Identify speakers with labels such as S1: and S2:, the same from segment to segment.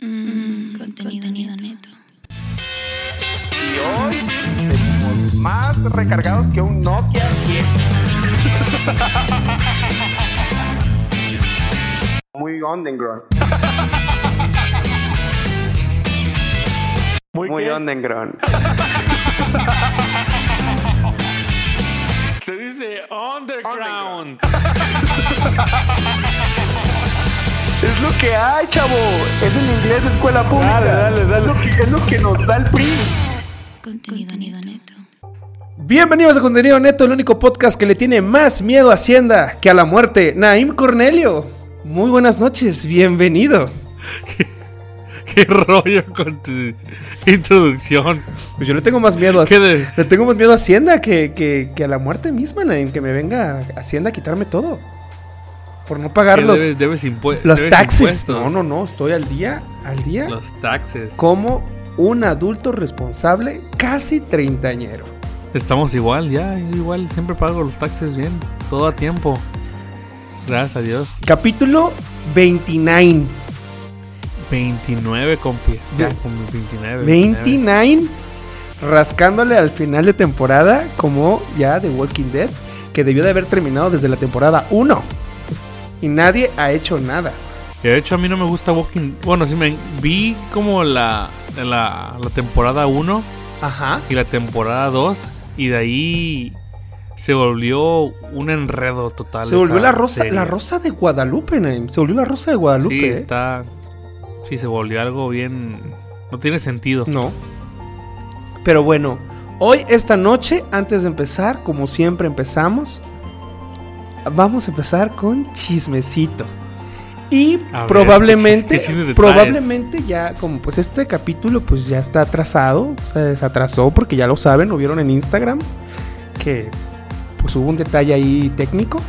S1: Mm, Contenido, Contenido neto.
S2: Y hoy tenemos más recargados que un Nokia 10. Muy underground.
S3: Muy,
S2: Muy
S3: qué?
S2: underground.
S3: Se dice underground.
S2: Es lo que hay, chavo. Es en inglés escuela pública.
S3: Dale, dale, dale.
S2: Es lo que, es lo que nos da el PRI.
S1: Contenido, neto.
S4: Bienvenidos a Contenido Neto, el único podcast que le tiene más miedo a Hacienda que a la muerte. Naim Cornelio, muy buenas noches, bienvenido.
S3: Qué rollo con tu introducción.
S4: Pues yo le tengo más miedo a
S3: ¿Qué de-
S4: le tengo más miedo a Hacienda que, que- que a la muerte misma, Naim, que me venga Hacienda a quitarme todo. Por no pagar
S3: Que
S4: los,
S3: debes, debes impue-
S4: los
S3: debes
S4: taxes.
S3: impuestos.
S4: No, no, no, estoy al día, al día,
S3: Los taxes.
S4: como un adulto responsable casi treintañero.
S3: Estamos igual, ya, yo igual. Siempre pago los taxes bien, todo a tiempo. Gracias a Dios.
S4: Capítulo 29.
S3: 29, compi. Ya,
S4: Ve-
S3: con mi 29.
S4: 29 rascándole al final de temporada como ya de Walking Dead que debió de haber terminado desde la temporada 1 y nadie ha hecho nada.
S3: Que de hecho a mí no me gusta Walking. Bueno, sí me vi como la, la, la temporada 1
S4: Ajá.
S3: y la temporada 2 y de ahí se volvió un enredo total.
S4: Se volvió
S3: esa
S4: la rosa,
S3: serie.
S4: la rosa de Guadalupe, Naim. Se volvió la rosa de Guadalupe.
S3: Sí,
S4: ¿eh?
S3: está. Sí, se volvió algo bien. No tiene sentido.
S4: No. Pero bueno, hoy esta noche, antes de empezar, como siempre empezamos, vamos a empezar con chismecito. Y
S3: A ver,
S4: probablemente,
S3: ¿qué chis- qué chisme te
S4: probablemente ya, como pues este capítulo pues ya está atrasado, se atrasó porque ya lo saben, lo vieron en Instagram, que pues hubo un detalle ahí técnico.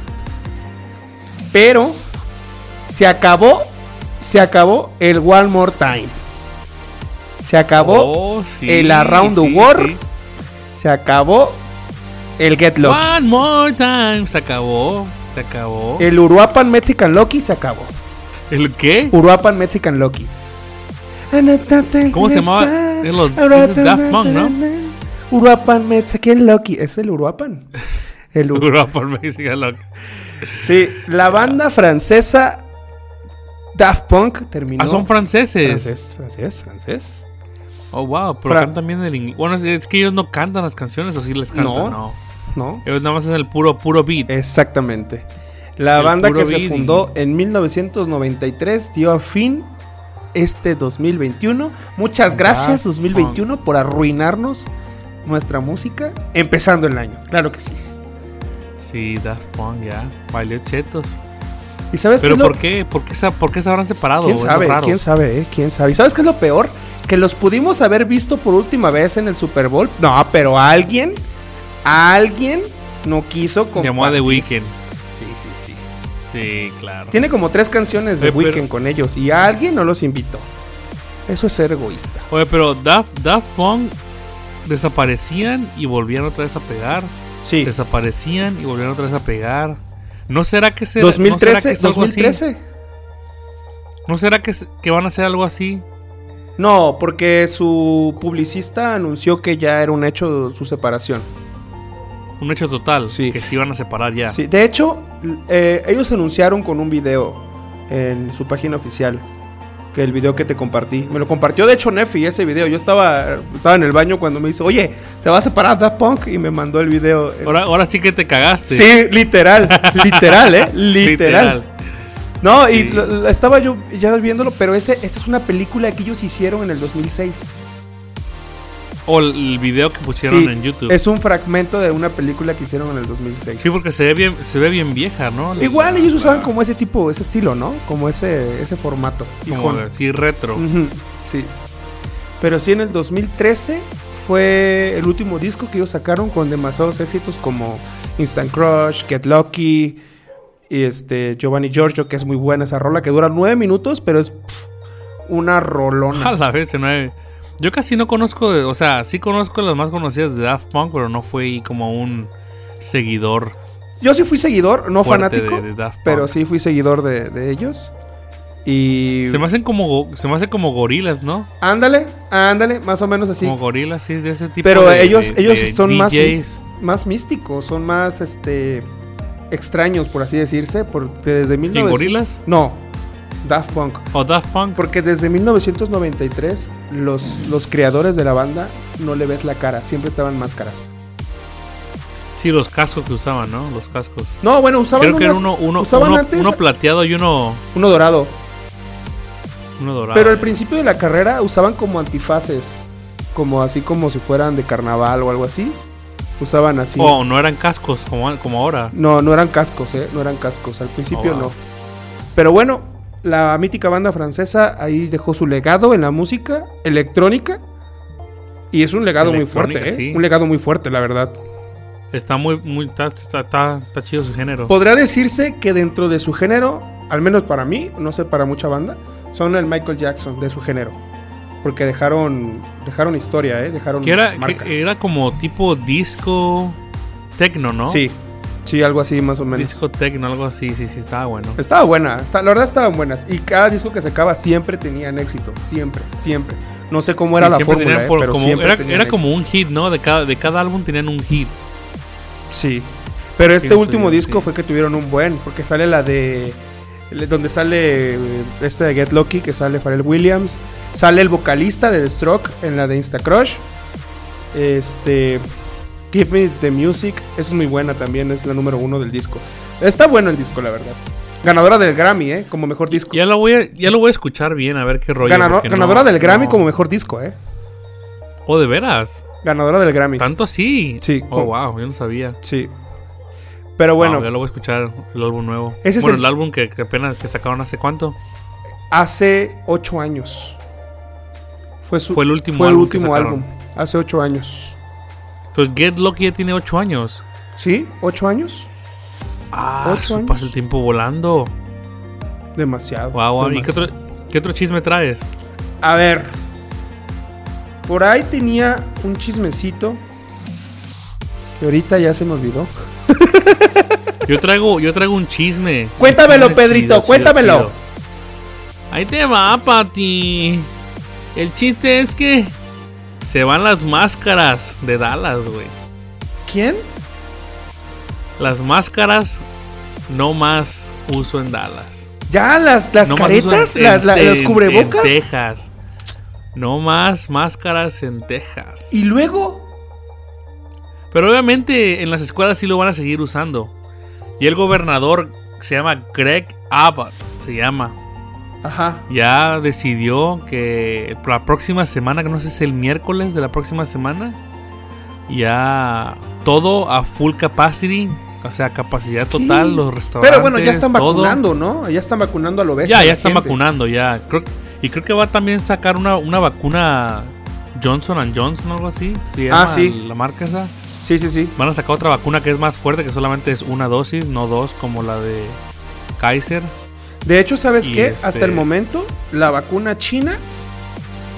S4: Pero se acabó, se acabó el One More Time. Se acabó
S3: Oh, sí,
S4: el Around the
S3: sí,
S4: World.
S3: sí.
S4: se acabó el Get Lucky.
S3: One more time. Se acabó. Se acabó. ¿El,
S4: El Uruapan Mexican Lucky se acabó.
S3: qué?
S4: Uruapan Mexican Lucky.
S3: ¿Cómo se llamaba? Es los- es Daft Punk, ¿no?
S4: Uruapan Mexican Lucky. Es el Uruapan. El Ur-
S3: Europa Mexican Lock.
S4: sí, la banda francesa Daft Punk terminó.
S3: Ah, son franceses.
S4: francés, francés, francés.
S3: Oh, wow. Pero
S4: Fra-
S3: cantan bien el inglés. Bueno, es- es que ellos no cantan las canciones o sí les cantan.
S4: No. Eh.
S3: No.
S4: ¿No?
S3: Ellos nada más hacen el puro, puro beat.
S4: Exactamente. La
S3: El
S4: banda
S3: puro
S4: que se
S3: beat.
S4: fundó en 1993 dio a fin este 2021. Muchas gracias
S3: Daft
S4: 2021 por arruinarnos nuestra música empezando el año. Claro que sí.
S3: Sí, Daft Punk, ya. Valió chetos.
S4: ¿Y sabes
S3: Pero
S4: qué? es lo-
S3: ¿por qué? ¿Por qué, se, ¿por qué se habrán separado?
S4: ¿Quién
S3: Es lo
S4: sabe?
S3: raro.
S4: ¿Quién sabe? eh? ¿Quién sabe? ¿Y sabes qué es lo peor? Que los pudimos haber visto por última vez en el Super Bowl. No, pero alguien, alguien no quiso
S3: Llamó a The
S4: compartir.
S3: Weeknd.
S4: Sí, sí, sí.
S3: Sí, claro.
S4: Tiene como tres canciones de
S3: Eh, pero-
S4: Weekend con ellos y a alguien no los invitó. Eso es ser egoísta.
S3: Oye, pero Daft, Daft Punk desaparecían y volvían otra vez a pegar.
S4: Sí.
S3: Desaparecían y volvían otra vez a pegar. ¿No será que se no
S4: 2013,
S3: será que es algo así?
S4: 2013.
S3: ¿No será que, se- que van a hacer algo así?
S4: No, porque su publicista anunció que ya era un hecho su separación.
S3: Un hecho total.
S4: Sí.
S3: Que se iban a separar ya.
S4: Sí, de hecho, l- eh, ellos anunciaron con un video en su página oficial. Que el video que te compartí. Me lo compartió de hecho Nefi ese video. Yo estaba, estaba en el baño cuando me dice, oye, se va a separar Daft Punk. Y me mandó el video.
S3: Ahora, ahora sí que te cagaste. Ah,
S4: Sí, literal, literal, ¿eh? Literal. No, y
S3: Sí.
S4: lo- lo- estaba yo ya viéndolo, pero ese, esa es una película que ellos hicieron en el 2006.
S3: O el, el video que pusieron
S4: Sí,
S3: en YouTube.
S4: Es un fragmento de una película que hicieron en el 2006.
S3: Sí, porque se ve bien, se ve bien vieja, ¿no? La-
S4: Igual
S3: la-
S4: ellos
S3: la-
S4: usaban como ese tipo, ese estilo, ¿no? Como ese, ese formato.
S3: como
S4: Ijón.
S3: así retro.
S4: Ujú, Sí. Pero sí, en el 2013 fue el último disco que ellos sacaron con demasiados éxitos como Instant Crush, Get Lucky, y este Giovanni Giorgio, que es muy buena esa rola, que dura nueve minutos, pero es pf, una
S3: A
S4: rolona.
S3: la vez, se nueve. Yo casi no conozco, de- o sea, sí conozco las más conocidas de Daft Punk, pero no fui como un seguidor.
S4: Yo sí fui seguidor, no
S3: Fuerte
S4: fanático,
S3: de- de Daft Punk.
S4: pero sí fui seguidor de, de ellos. Y.
S3: Se me hacen como, go- se me hace como gorilas, ¿no?
S4: Ándale, ándale, más o menos así.
S3: Como gorilas, sí, de ese tipo.
S4: Pero
S3: de-
S4: ellos,
S3: de-
S4: ellos
S3: de
S4: son más, mis-
S3: DJs.
S4: más místicos, son más este extraños, por así decirse, porque desde
S3: ¿Y
S4: 1900
S3: gorilas?
S4: No, Daft Punk.
S3: ¿O Daft Punk?
S4: Porque desde 1993 los, los creadores de la banda no le ves la cara, siempre estaban máscaras.
S3: Sí, los cascos que usaban, ¿no? Los cascos.
S4: No, bueno, usaban
S3: Creo que era
S4: unas-
S3: uno, uno,
S4: usaban
S3: uno,
S4: antes
S3: uno plateado y uno,
S4: uno dorado.
S3: uno dorado.
S4: Pero al principio de la carrera usaban como antifaces, como así como si fueran de carnaval o algo así. Usaban así.
S3: O no eran cascos como, como ahora.
S4: No, no eran cascos, ¿eh? No eran cascos, al principio
S3: Oh, wow.
S4: no. Pero bueno, la mítica banda francesa ahí dejó su legado en la música electrónica. Y es un legado muy
S3: Electrónica,
S4: fuerte, ¿eh?
S3: sí.
S4: Un legado muy fuerte, la verdad.
S3: Está muy, muy, está, está, está- está chido su género.
S4: Podrá decirse que dentro de su género, al menos para mí, no sé para mucha banda, son el Michael Jackson de su género. Porque dejaron, dejaron historia, ¿eh? Dejaron
S3: que era,
S4: marca.
S3: que era como tipo disco tecno, ¿no?
S4: Sí, sí, algo así más o menos.
S3: Disco tecno, algo así, sí, sí, estaba bueno.
S4: Estaba buena, está- la verdad estaban buenas. Y cada disco que sacaba siempre tenían éxito, siempre, siempre. No sé cómo era
S3: Sí,
S4: la
S3: siempre
S4: fórmula,
S3: tenían
S4: eh,
S3: por-
S4: pero
S3: como-
S4: siempre
S3: era,
S4: tenían
S3: era
S4: éxito.
S3: como un hit, ¿no? De cada, de cada álbum tenían un hit.
S4: Sí. Pero este
S3: Pienso
S4: último
S3: yo,
S4: disco
S3: sí.
S4: fue que tuvieron un buen, porque sale la de... le- Donde sale eh, este de Get Lucky, que sale Pharrell Williams. Sale el vocalista de The Stroke en la de Instacrush. Este... Give Me The Music. Esa es muy buena también, es la número uno del disco. Está bueno el disco, la verdad. Ganadora del Grammy, ¿eh? Como mejor disco.
S3: Ya lo voy a, ya lo voy a escuchar bien, a ver qué rollo.
S4: Ganador-
S3: porque no-
S4: ganadora del Grammy
S3: no-
S4: como mejor disco, ¿eh?
S3: Oh, de veras.
S4: Ganadora del Grammy.
S3: Tanto así.
S4: Sí.
S3: Oh, wow, yo no sabía.
S4: Sí. Pero bueno,
S3: Wow, ya lo voy a escuchar el álbum nuevo.
S4: Ese es
S3: bueno,
S4: el-
S3: el... álbum que, que apenas que sacaron hace cuánto.
S4: hace ocho años. Fue, su-
S3: Fue el último
S4: fue el
S3: álbum que
S4: último
S3: sacaron.
S4: álbum. Hace ocho años.
S3: Entonces Get Lucky ya tiene 8 años.
S4: ¿Sí? ¿Ocho años?
S3: Ah,
S4: ¿Ocho
S3: su-
S4: años?
S3: pasa el tiempo volando.
S4: Demasiado.
S3: Wow, wow. ¿Y qué
S4: demasiado.
S3: otro, qué otro chisme traes?
S4: A ver. Por ahí tenía un chismecito. Que ahorita ya se me olvidó.
S3: Yo traigo, yo traigo un chisme.
S4: Cuéntamelo,
S3: Un chisme
S4: Pedrito, cuéntamelo.
S3: Ahí te va, Pati. El chiste es que se van las máscaras de Dallas, güey.
S4: ¿Quién?
S3: Las máscaras no más uso en Dallas.
S4: ¿Ya? ¿Las, las
S3: No más
S4: caretas?
S3: uso en-
S4: ¿Las,
S3: en-
S4: la-
S3: en-
S4: las cubrebocas?
S3: En Texas. No más máscaras en Texas.
S4: y luego.
S3: Pero obviamente en las escuelas sí lo van a seguir usando. Y el gobernador se llama Greg Abbott, se llama.
S4: Ajá.
S3: Ya decidió que la próxima semana, que no sé si es el miércoles de la próxima semana, ya todo a full capacity, o sea, capacidad total,
S4: Sí.
S3: los restaurantes.
S4: Pero bueno, ya están
S3: todo.
S4: vacunando, ¿no? Ya están vacunando a lo bestia.
S3: Ya, ya
S4: la
S3: están
S4: gente.
S3: vacunando, ya. Creo, y creo que va a también sacar una, una vacuna Johnson Johnson, algo así. Se
S4: Ah,
S3: llama
S4: sí.
S3: La marca esa.
S4: Sí, sí, sí.
S3: Van a sacar otra vacuna que es más fuerte, que solamente es una dosis, no dos, como la de Kaiser.
S4: De hecho, ¿sabes
S3: Y
S4: qué?
S3: este-
S4: Hasta el momento, la vacuna china,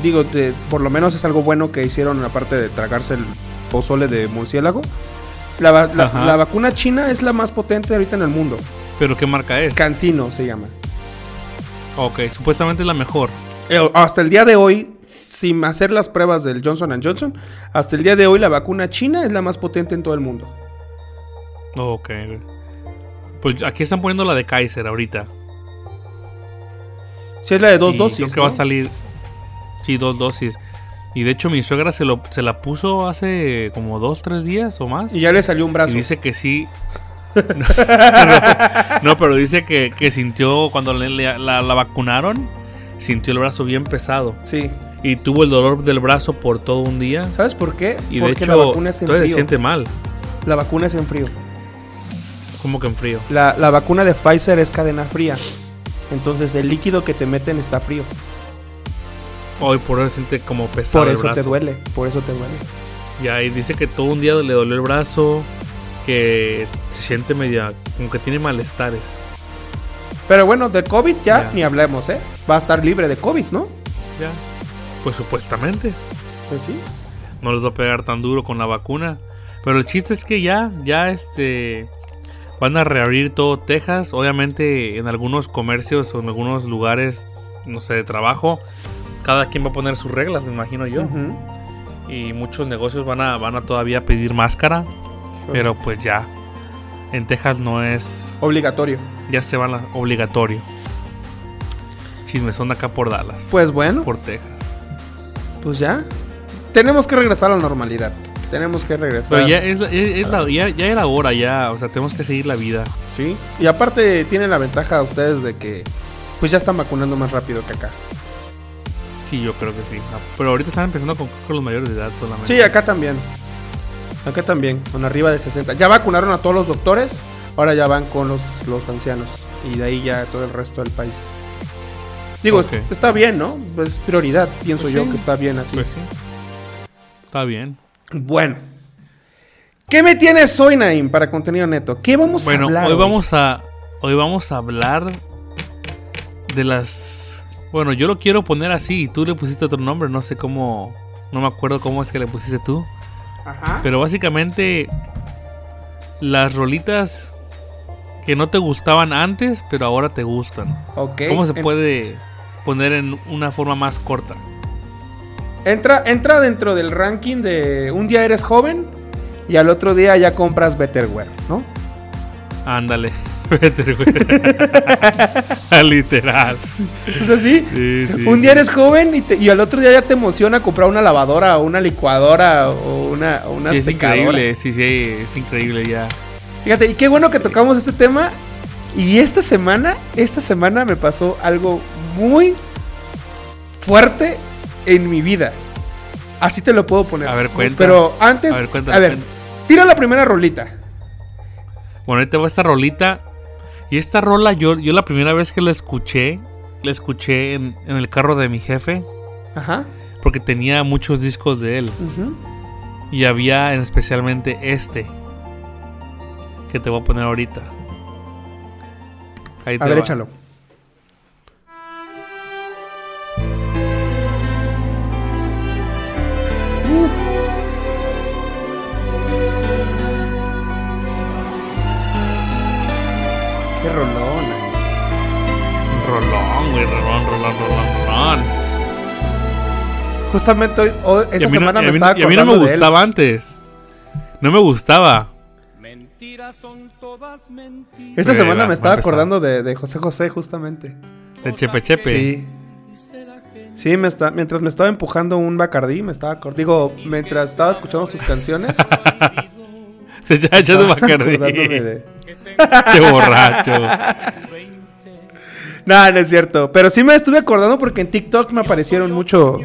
S4: digo, de- por lo menos es algo bueno que hicieron aparte de tragarse el pozole de murciélago. La, va- la-
S3: Ajá.
S4: la vacuna china es la más potente ahorita en el mundo.
S3: Pero ¿qué marca es?
S4: Cancino se llama.
S3: Ok, supuestamente es la mejor.
S4: Eh, Hasta el día de hoy, sin hacer las pruebas del Johnson Johnson, hasta el día de hoy la vacuna china es la más potente en todo el mundo.
S3: Ok. Pues aquí están poniendo la de Kaiser ahorita.
S4: Si es la de dos
S3: Y
S4: dosis.
S3: Creo que
S4: ¿no?
S3: va a salir. Sí, dos dosis. Y de hecho mi suegra se, lo, se la puso hace como dos, tres días o más.
S4: Y ya le salió un brazo.
S3: Y dice que sí. No, no, pero dice que, que sintió cuando le- le- la, la vacunaron, sintió el brazo bien pesado.
S4: Sí.
S3: Y tuvo el dolor del brazo por todo un día.
S4: ¿Sabes por qué?
S3: Y de
S4: Porque
S3: hecho,
S4: la vacuna es en
S3: todavía se
S4: frío.
S3: siente mal.
S4: La vacuna es en frío.
S3: Como que en frío.
S4: La, la vacuna de Pfizer es cadena fría. Entonces el líquido que te meten está frío.
S3: Hoy por eso siente como pesado
S4: Por
S3: el
S4: eso te
S3: brazo.
S4: duele. Por eso te duele.
S3: Y ahí dice que todo un día le dolió el brazo. Que se siente media. Como que tiene malestares.
S4: Pero bueno, de COVID ya
S3: Ya.
S4: ni hablemos, ¿eh? Va a estar libre de COVID, ¿no?
S3: Ya. Pues supuestamente.
S4: Pues sí.
S3: no les va a pegar tan duro con la vacuna. Pero el chiste es que ya, ya este. Van a reabrir todo Texas. Obviamente en algunos comercios o en algunos lugares, no sé, de trabajo, cada quien va a poner sus reglas, me imagino yo.
S4: Ujú.
S3: Y muchos negocios van a, van a todavía pedir máscara, pero pues ya. En Texas no es...
S4: Obligatorio.
S3: Ya se van a- obligatorio. Chismezón de acá por Dallas.
S4: Pues bueno,
S3: Por Texas.
S4: pues ya. Tenemos que regresar a la normalidad. Tenemos que regresar.
S3: Pero ya, es, la- es- es la- ya, ya era hora, ya. O sea, tenemos que seguir la vida.
S4: Sí. Y aparte tienen la ventaja ustedes de que pues ya están vacunando más rápido que acá.
S3: Sí, yo creo que sí. Ah, Pero ahorita están empezando con, con los mayores de edad solamente.
S4: Sí, acá también. Acá también, con arriba de 60. Ya vacunaron a todos los doctores, ahora ya van con los, los ancianos. Y de ahí ya todo el resto del país. Digo, es-
S3: Ok.
S4: está bien, ¿no? Es prioridad, pienso
S3: Pues
S4: yo
S3: sí.
S4: que está bien así.
S3: Pues sí. Está bien.
S4: Bueno. ¿Qué me tienes hoy, Naim, para contenido neto? ¿Qué vamos a
S3: Bueno,
S4: Pues hablar?
S3: hoy vamos a hoy vamos a hablar de las bueno, yo lo quiero poner así, tú le pusiste otro nombre, no sé cómo no me acuerdo cómo es que le pusiste tú,
S4: Ajá.
S3: pero básicamente las rolitas que no te gustaban antes, pero ahora te gustan.
S4: Ok. em-
S3: ¿Cómo se
S4: En-
S3: puede poner en una forma más corta?
S4: Entra, entra dentro del ranking de un día eres joven y al otro día ya compras Betterware, ¿no?
S3: Ándale. Vete, güey. Literal.
S4: O sea, sí.
S3: Sí, sí,
S4: un día
S3: sí.
S4: eres joven y, te- y al otro día ya te emociona comprar una lavadora o una licuadora o una, o una
S3: Sí, es
S4: secadora.
S3: increíble, sí, sí, es increíble ya.
S4: Fíjate, y qué bueno que tocamos este tema. Y esta semana, esta semana me pasó algo muy fuerte en mi vida. Así te lo puedo poner.
S3: A ver, cuenta.
S4: Pero antes,
S3: A
S4: a
S3: ver,
S4: ver,
S3: cuenta, cuenta.
S4: tira la primera rolita.
S3: Bueno, ahí te va esta rolita. Y esta rola, yo, yo la primera vez que la escuché, la escuché en, en el carro de mi jefe,
S4: Ajá.
S3: porque tenía muchos discos de él.
S4: ujú.
S3: Y había especialmente este, que te voy a poner ahorita. Ahí
S4: A
S3: te
S4: ver,
S3: va.
S4: échalo. Qué rolona.
S3: Rolón, güey, rolón, rolón, rolón, rolón.
S4: Justamente hoy, hoy- esta
S3: Y a mí no-
S4: semana
S3: y
S4: me
S3: a mí-
S4: estaba
S3: y a mí no me
S4: acordando de él.
S3: gustaba antes. No me gustaba.
S4: Esta
S3: Ahí
S4: semana
S3: va, va
S4: me
S3: a
S4: estaba
S3: empezar.
S4: acordando de, de José José, justamente.
S3: El Chepe Chepe.
S4: Sí. Sí, me está, mientras me estaba empujando un Bacardí, me estaba acor- digo, mientras estaba escuchando sus canciones,
S3: Se echaba echando
S4: estaba
S3: Bacardí.
S4: acordándome de-
S3: Che borracho.
S4: No, no es cierto. Pero sí me estuve acordando porque en TikTok me aparecieron mucho,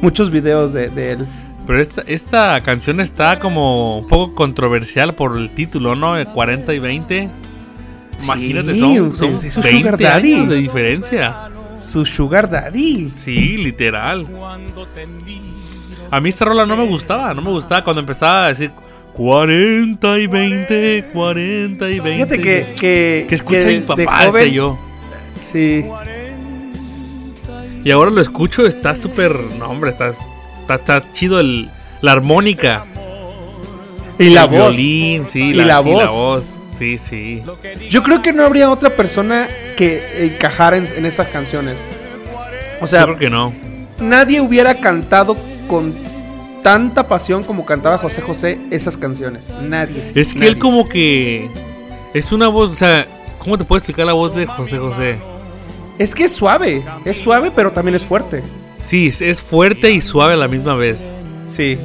S4: muchos videos de, de él.
S3: Pero esta, esta canción está como un poco controversial por el título, ¿no? De 40 y 20. Imagínate,
S4: Sí,
S3: son,
S4: es-
S3: son
S4: es un
S3: 20
S4: sugar daddy.
S3: años de diferencia.
S4: Su Sugar Daddy.
S3: Sí, literal. A mí esta rola no me gustaba, no me gustaba cuando empezaba a decir 40 y 20, 40 y 20.
S4: Fíjate que. Que,
S3: que escucha
S4: que
S3: mi papá,
S4: de
S3: decía
S4: joven-
S3: yo.
S4: Sí.
S3: Y ahora lo escucho, está súper. No, hombre, está, está, está chido el, la armónica.
S4: Y la
S3: el
S4: voz.
S3: violín, sí,
S4: Y
S3: la,
S4: la
S3: sí, la
S4: voz.
S3: voz. Sí, sí.
S4: Yo creo que no habría otra persona que encajara en, en esas canciones. O
S3: Yo
S4: sea,
S3: creo que no.
S4: nadie hubiera cantado con tanta pasión como cantaba José José esas canciones. Nadie.
S3: Es que él
S4: nadie.
S3: como que es una voz, o sea, ¿cómo te puedo explicar la voz de José José?
S4: Es que es suave. Es suave, pero también es fuerte.
S3: Sí, es- es fuerte y suave a la misma vez.
S4: Sí.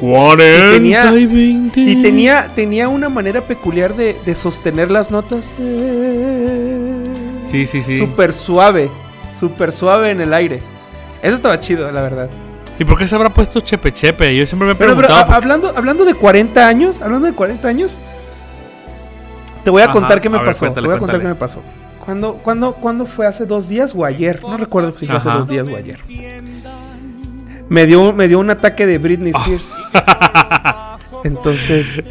S3: 40
S4: tenía-
S3: y 20.
S4: Y tenía, tenía una manera peculiar de, de sostener las notas.
S3: Sí, sí, sí.
S4: Súper suave. Súper suave en el aire. Eso estaba chido, la verdad.
S3: ¿Y por qué se habrá puesto Chepe Chepe? Yo siempre me he
S4: Pero, pero,
S3: preguntado.
S4: a- hablando, hablando de 40 años, hablando de 40 años, te voy a
S3: Ajá,
S4: contar qué me
S3: a ver,
S4: pasó.
S3: cuéntale,
S4: te voy a contar
S3: cuéntale.
S4: qué me pasó. ¿Cuándo, cuándo, cuándo fue? ¿Hace dos días o ayer? No recuerdo si fue hace
S3: Ajá.
S4: dos días o ayer. Me dio, me dio un ataque de Britney
S3: Ah.
S4: Spears. Entonces,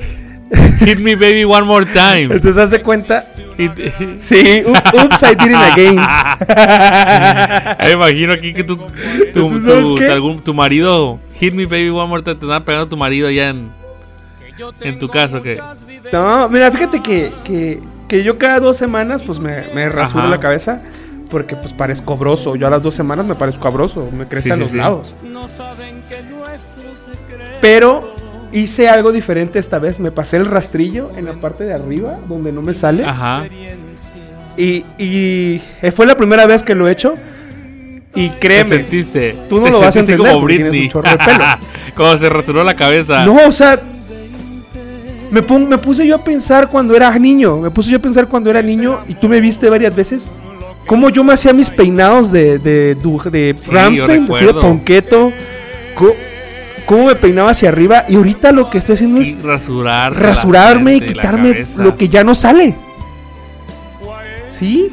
S3: Hit me baby one more time.
S4: entonces hace cuenta
S3: Y-
S4: Sí, u- oops, I did it again.
S3: Me imagino aquí que tu, tu,
S4: Entonces,
S3: tu-
S4: ¿sabes qué?
S3: algún- tu marido, Hit Me Baby One More Time, te estaba pegando a tu marido allá en, En tu caso, que
S4: No, mira, fíjate que, que, que yo cada dos semanas pues me, me rasuro
S3: Ajá.
S4: la cabeza porque pues parezco broso. Yo a las dos semanas me parezco broso, me crece
S3: Sí,
S4: a
S3: sí,
S4: los
S3: sí.
S4: lados. Pero hice algo diferente esta vez, me pasé el rastrillo en la parte de arriba donde no me sale.
S3: Ajá.
S4: Y, y eh, fue la primera vez que lo he hecho. Y
S3: Te
S4: créeme,
S3: sentiste.
S4: tú no
S3: te
S4: lo vas a
S3: sentiste
S4: entender
S3: como
S4: porque tienes
S3: Britney.
S4: un chorro de pelo.
S3: Cuando se rasuró la cabeza.
S4: No, o sea. Me, pon- me puse yo a pensar cuando era niño. Me puse yo a pensar cuando era niño. Y tú me viste varias veces. Cómo yo me hacía mis peinados de, de, du- de
S3: Sí,
S4: Rammstein,
S3: yo
S4: así de
S3: recuerdo.
S4: Ponqueto. co- Cómo me peinaba hacia arriba. Y ahorita lo que estoy haciendo
S3: Y
S4: es
S3: rasurar.
S4: rasurarme y quitarme lo que ya no sale. ¿Sí?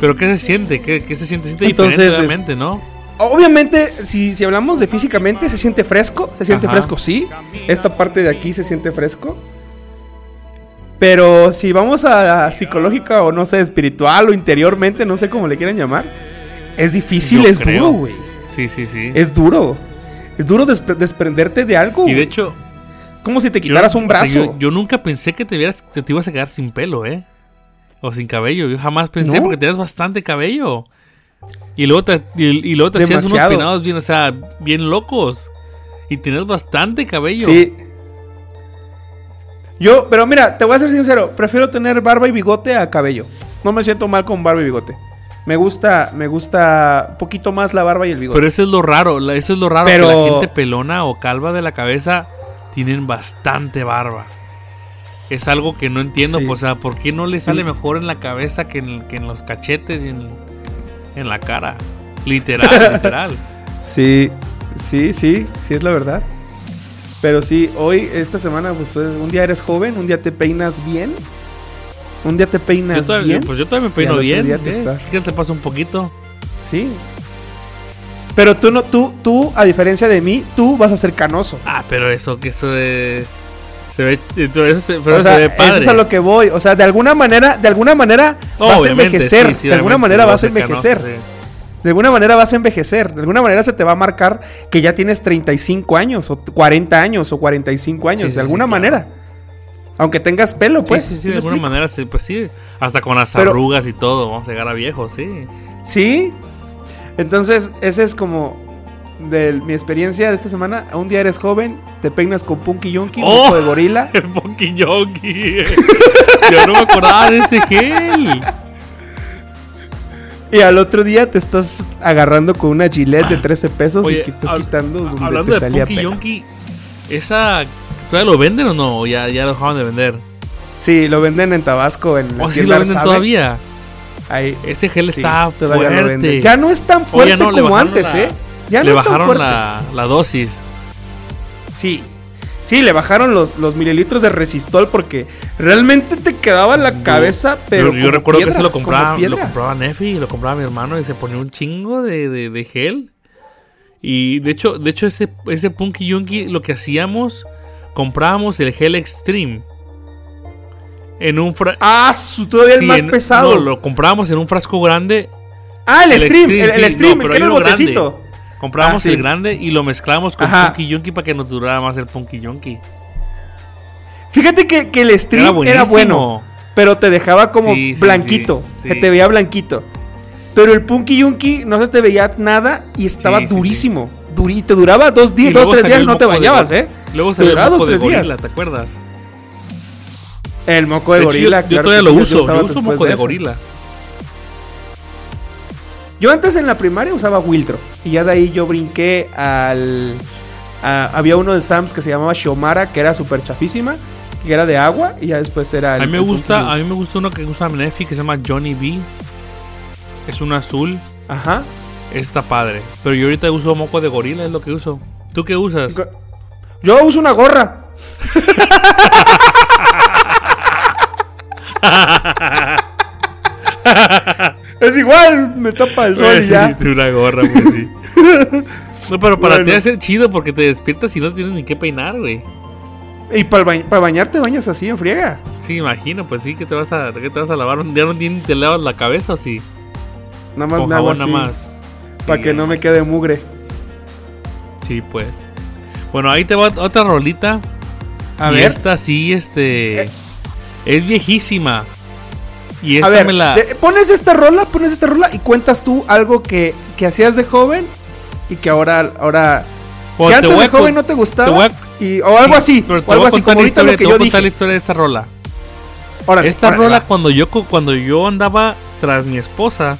S3: Pero ¿qué se siente? ¿Qué, qué se siente? Se siente
S4: Entonces,
S3: diferente,
S4: es-
S3: obviamente, ¿no?
S4: Obviamente, si, si hablamos de físicamente, se siente fresco. Se siente
S3: Ajá.
S4: fresco, sí. Esta parte de aquí se siente fresco. Pero si vamos a, a psicológica o no sé, espiritual o interiormente, no sé cómo le quieran llamar, es difícil,
S3: Yo
S4: es
S3: creo.
S4: duro, güey.
S3: Sí, sí, sí.
S4: Es duro. Es duro despre- desprenderte de algo.
S3: y de
S4: güey.
S3: hecho,
S4: es como si te
S3: yo-
S4: quitaras un
S3: o sea,
S4: brazo.
S3: yo, yo nunca pensé que te, vieras, que te ibas a quedar sin pelo, ¿eh? O sin cabello. Yo jamás pensé
S4: No.
S3: porque tenías bastante cabello. Y luego te, y, y luego te hacías unos
S4: Demasiado.
S3: peinados bien, o sea, bien locos. Y tenías bastante cabello.
S4: Sí. Yo, pero mira, te voy a ser sincero, prefiero tener barba y bigote a cabello. No me siento mal con barba y bigote. Me gusta, me gusta un poquito más la barba y el bigote.
S3: Pero eso es lo raro, la- eso es lo raro
S4: Pero-
S3: que la gente pelona o calva de la cabeza tienen bastante barba. Es algo que no entiendo,
S4: Sí. Mm.
S3: pues, o sea, ¿por qué no le sale
S4: Sí.
S3: mejor en la cabeza que en, el- que en los cachetes y en, en la cara? Literal, literal.
S4: Sí, sí, sí, sí es la verdad. Pero sí, hoy, esta semana, pues, pues, un día eres joven, un día te peinas bien, un día te
S3: Yo
S4: peinas
S3: todavía,
S4: bien.
S3: pues yo todavía me
S4: Y al
S3: peino
S4: otro
S3: bien.
S4: día te
S3: ¿eh?
S4: estás-
S3: ¿Qué te pasa un poquito?
S4: Sí. Pero tú no, tú, tú, a diferencia de mí, tú vas a ser canoso.
S3: Ah, pero eso, que eso de... Se ve, todo eso se- pero
S4: O sea,
S3: se ve
S4: eso
S3: padre.
S4: es a lo que voy. O sea, de alguna manera, de alguna manera vas a
S3: Obviamente,
S4: envejecer.
S3: sí, sí,
S4: de alguna
S3: obviamente,
S4: manera
S3: lo
S4: vas a
S3: cercano,
S4: envejecer.
S3: sí.
S4: De alguna manera vas a envejecer. De alguna manera se te va a marcar que ya tienes 35 años, o 40 años, o 45 años.
S3: Sí, sí,
S4: de alguna
S3: sí, claro.
S4: manera. Aunque tengas pelo, pues.
S3: sí, sí, sí,
S4: ¿me
S3: de alguna
S4: explico?
S3: manera, sí, pues sí, hasta con las
S4: Pero-
S3: arrugas y todo, vamos a llegar a viejos, sí.
S4: Sí. Entonces, ese es como de mi experiencia de esta semana. Un día eres joven, te peinas con Punky Yonky, un
S3: ¡Oh!
S4: poco de gorila.
S3: El Funky Yonky. Yo no me acordaba de ese gel.
S4: Y al otro día te estás agarrando con una gilet de 13 pesos y
S3: Oye,
S4: que estás
S3: hab-
S4: quitando
S3: a-
S4: donde
S3: hablando
S4: te
S3: de
S4: salía
S3: Funky
S4: pelo.
S3: Yonky, ¿esa todavía lo venden o no? ¿O Ya, ya lo dejaron de vender.
S4: Sí, lo venden en Tabasco, en la
S3: ¿O Oh, sí
S4: tienda
S3: lo venden
S4: Arsabe.
S3: todavía?
S4: Ahí.
S3: Ese gel
S4: sí,
S3: está
S4: todavía lo venden.
S3: fuerte.
S4: Ya no es tan fuerte
S3: Oye, no, le
S4: como
S3: bajaron
S4: antes,
S3: la-
S4: ¿eh? Ya
S3: Le
S4: no es tan
S3: bajaron
S4: fuerte.
S3: la, la dosis.
S4: Sí. Sí, le bajaron los, los mililitros de resistol porque realmente te quedaba la cabeza, pero.
S3: yo, yo
S4: como
S3: recuerdo
S4: piedra,
S3: que se lo
S4: como
S3: compraba, lo
S4: piedra.
S3: compraba Nefi, lo compraba mi hermano y se ponía un chingo de, de- de gel. Y de hecho, de hecho ese, ese Punky Yunky lo que hacíamos, comprábamos el gel Extreme. En un fra-
S4: Ah, su, todavía el
S3: sí,
S4: más
S3: en-
S4: pesado.
S3: no, lo comprábamos en un frasco grande.
S4: ah, el,
S3: el
S4: stream,
S3: stream,
S4: el, el
S3: sí,
S4: stream,
S3: no, pero
S4: el que era el
S3: hay uno grande.
S4: botecito.
S3: Comprábamos
S4: Ah, sí.
S3: el grande y lo mezclábamos con
S4: Ajá.
S3: Punky Yunky para que nos durara más el Punky Yunky.
S4: Fíjate que, que el stream era, bueno, pero te dejaba como
S3: Sí, sí,
S4: blanquito.
S3: sí,
S4: Se
S3: sí.
S4: te veía blanquito. Pero el Punky Yunky no se te veía nada y estaba
S3: Sí, sí, sí.
S4: durísimo. Duri- te duraba dos días,
S3: Y
S4: dos,
S3: luego
S4: tres
S3: salió
S4: días
S3: el
S4: no te
S3: moco de
S4: bañabas,
S3: gor-
S4: ¿eh?
S3: Luego
S4: Te
S3: salió el
S4: duraba
S3: moco
S4: dos,
S3: de
S4: tres días.
S3: gorila, ¿te acuerdas?
S4: El moco de,
S3: De hecho, yo-
S4: gorila.
S3: yo,
S4: claro que
S3: todavía
S4: sí,
S3: lo
S4: yo
S3: uso,
S4: usaba
S3: yo uso
S4: después
S3: moco
S4: de
S3: de,
S4: eso.
S3: gorila.
S4: Yo antes en la primaria usaba Wiltro. Y ya de ahí yo brinqué al. a- había uno de Sam's que se llamaba Xiomara, que era súper chafísima, que era de agua, y ya después era el.
S3: A mí me
S4: el
S3: gusta, a
S4: Punky
S3: mí me gusta uno que usa Nefi que se llama Johnny B. Es un azul,
S4: Yunky. Ajá.
S3: está padre. Pero yo ahorita uso moco de gorila, es lo que uso. ¿Tú qué usas?
S4: Yo uso una gorra. es igual, me tapa el sol y
S3: Pues, Sí,
S4: ya.
S3: de una gorra, pues sí. No, pero para ti
S4: Bueno.
S3: va a ser chido porque te despiertas y no tienes ni qué peinar, güey.
S4: Y para bañarte bañas así en friega.
S3: Sí, imagino, pues sí, que te vas a, que te vas a lavar. Ya no tienes, te lavas la cabeza o sí.
S4: Nada más
S3: Con
S4: me hago
S3: jabón
S4: así
S3: nada más.
S4: para
S3: Sí,
S4: que no me quede mugre.
S3: Sí, pues. Bueno, ahí te va otra rolita
S4: A
S3: y
S4: ver.
S3: esta sí, este.
S4: Eh.
S3: Es viejísima. Y esta
S4: a ver,
S3: me la.
S4: de- pones esta rola, pones esta rola y cuentas tú algo que, que hacías de joven y que ahora, ahora
S3: o
S4: que
S3: Pues, te
S4: antes
S3: voy
S4: de
S3: a
S4: joven
S3: con-
S4: no te gustaba
S3: voy a-
S4: y, o algo
S3: sí,
S4: así,
S3: pero te
S4: o algo
S3: voy a
S4: así
S3: contar
S4: como
S3: la
S4: ahorita
S3: historia,
S4: lo
S3: te
S4: que
S3: voy a
S4: yo
S3: contar la
S4: dije.
S3: historia de esta rola.
S4: Órale,
S3: Esta
S4: órale,
S3: rola
S4: va.
S3: cuando yo cu- cuando yo andaba tras mi esposa,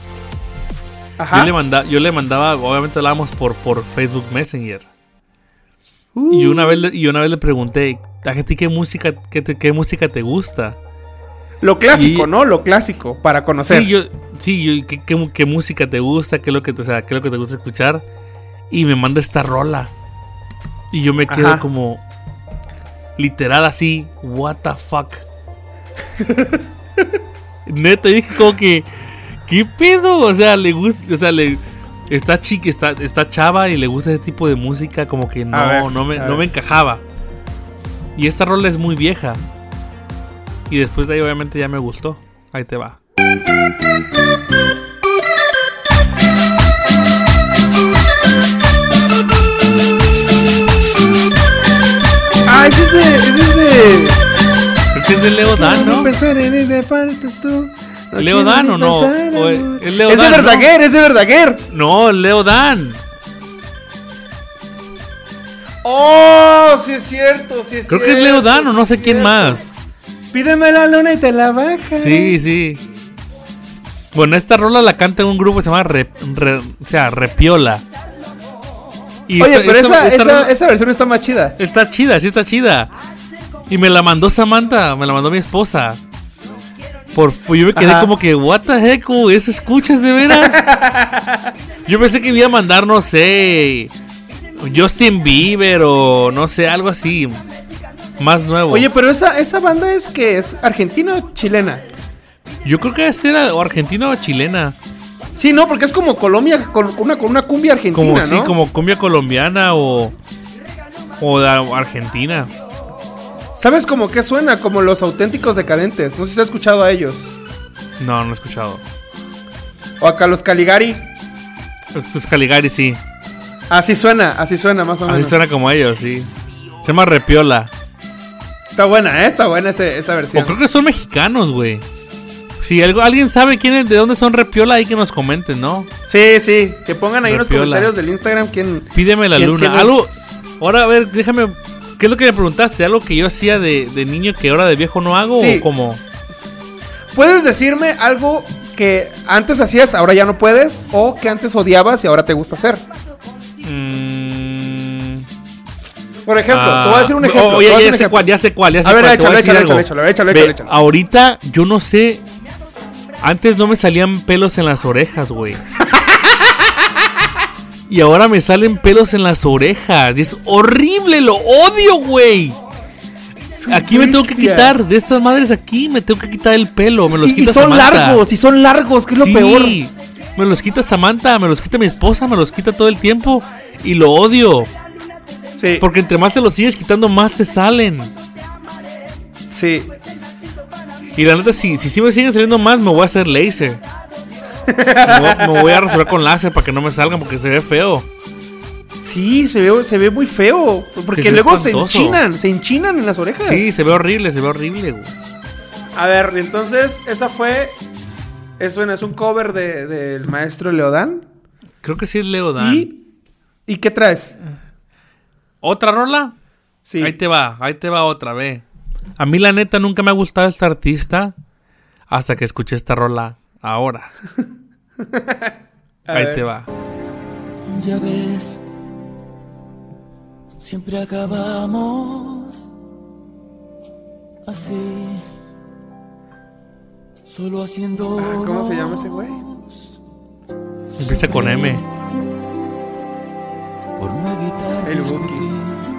S3: yo
S4: Ajá.
S3: le mandaba, yo le mandaba, obviamente hablábamos por, por Facebook Messenger.
S4: Uh,
S3: Y una vez le, y una vez le pregunté, "¿A ti qué música qué, te- qué música te gusta?"
S4: lo clásico,
S3: y-
S4: ¿no? Lo clásico para conocer.
S3: Sí, yo sí, yo, ¿qué, qué mu- qué música te gusta? ¿Qué es lo que te, o sea, qué es lo que te gusta escuchar? Y me manda esta rola. Y yo me quedo
S4: Ajá.
S3: como literal así, what the fuck. Neta dije como que ¿Qué pedo? O sea, le gusta, o sea, le está chica, está, está chava y le gusta ese tipo de música, como que no,
S4: ver,
S3: no, me,
S4: a
S3: no me
S4: ver.
S3: encajaba. Y esta rola es muy vieja. Y después de ahí obviamente ya me gustó. Ahí te va.
S4: Ah, ese es de ese es de
S3: Creo que es de Leo Dan,
S4: No
S3: ¿no?
S4: pensar en ese faltas tú. No
S3: ¿Leo
S4: quiero
S3: Dan
S4: ni
S3: o no?
S4: pensar,
S3: O es-
S4: amor.
S3: es Leo
S4: es de
S3: Dan, ¿no?
S4: Verdaguer, es de Verdaguer.
S3: No, Leo Dan.
S4: Oh, sí es cierto, sí es
S3: Creo que
S4: cierto.
S3: es Leo Dan o no
S4: sí
S3: sé
S4: es
S3: quién
S4: cierto.
S3: más.
S4: Pídeme la luna y te la baja.
S3: Sí, sí. Bueno, esta rola la canta un grupo que se llama Re- Re- o sea, Repiola. Y
S4: Oye,
S3: esta-
S4: pero
S3: esta-
S4: esa,
S3: esta
S4: esa,
S3: rola-
S4: esa versión está más chida.
S3: Está chida, sí está chida. Y me la mandó Samantha, me la mandó mi esposa. Por, yo me quedé
S4: Ajá.
S3: como que, what the heck, güey, ¿eso escuchas de veras? yo pensé que me iba a mandar, no sé, Justin Bieber o no sé, algo así. Más nuevo.
S4: Oye, pero esa, esa banda es que es argentina o chilena.
S3: yo creo que debe ser o argentina o chilena.
S4: Sí, no, porque es como Colombia con una, con una cumbia argentina,
S3: Como
S4: ¿no?
S3: sí, como cumbia colombiana o, o de argentina.
S4: ¿Sabes como qué suena? Como los auténticos decadentes. No sé si has escuchado a ellos.
S3: No, no he escuchado.
S4: O acá los Caligari.
S3: Los Caligari sí.
S4: Así suena, así suena más o
S3: Así
S4: menos.
S3: suena como ellos, sí. Se llama Repiola.
S4: Está buena, ¿eh? Está buena ese- esa
S3: O
S4: versión.
S3: creo que son mexicanos, güey. Si algo, alguien sabe quién es, de dónde son Repiola, ahí que nos comenten, ¿no?
S4: Sí, sí. Que pongan ahí en los
S3: Repiola.
S4: comentarios del Instagram quién.
S3: Pídeme la
S4: ¿Quién-
S3: luna.
S4: quién es?
S3: Algo. Ahora, a ver, déjame. ¿Qué es lo que me preguntaste? ¿Algo que yo hacía de, de niño que ahora de viejo no hago?
S4: Sí.
S3: ¿O como
S4: ¿Puedes decirme algo que antes hacías, ahora ya no puedes? O que antes odiabas y ahora te gusta hacer.
S3: Mm,
S4: Por ejemplo, te voy a decir un ejemplo. te voy
S3: Ah, Oye,
S4: a
S3: ya,
S4: decir un
S3: sé
S4: ejemplo.
S3: cuál, ya sé cuál, ya sé
S4: A ver,
S3: cuál, te voy
S4: échalo,
S3: decir
S4: échalo,
S3: algo.
S4: échalo,
S3: Ve,
S4: échalo,
S3: ah,
S4: échalo, échalo.
S3: Ahorita, yo no sé. Antes no me salían pelos en las orejas, güey. y ahora me salen pelos en las orejas. Y es horrible, lo odio, güey. Aquí me tengo que
S4: Bestia.
S3: quitar, de estas madres aquí, me tengo que quitar el pelo. Me los
S4: Y, y
S3: quita
S4: son
S3: Samantha.
S4: largos, y son largos, que es lo
S3: Sí,
S4: peor.
S3: Me los quita Samantha, me los quita mi esposa, me los quita todo el tiempo. Y lo odio.
S4: Sí,
S3: Porque entre más te los sigues quitando, más te salen.
S4: sí.
S3: Y la neta, si, si sí me siguen saliendo más, me voy a hacer laser. Me voy, me voy a rasurar con láser para que no me salgan porque se ve feo.
S4: Sí, se ve, se ve muy feo. Porque
S3: se ve
S4: luego se
S3: espantoso.
S4: enchinan, se enchinan en las orejas.
S3: Sí, se ve horrible, se ve horrible, güey.
S4: A ver, entonces, esa fue. Eso es un cover de- del maestro Leodán.
S3: Creo que sí es Leo Dan.
S4: ¿Y, ¿Y qué traes?
S3: ¿Otra rola?
S4: Sí.
S3: Ahí te va, ahí te va otra, ve. A mí la neta nunca me ha gustado este artista hasta que escuché esta rola ahora.
S4: A
S3: ahí
S4: ver.
S3: te va.
S5: Ya ves, siempre acabamos así, solo haciendo.
S4: Ah, ¿Cómo se llama ese güey?
S3: Empieza con M.
S5: Por no evitar
S4: El
S5: discutir.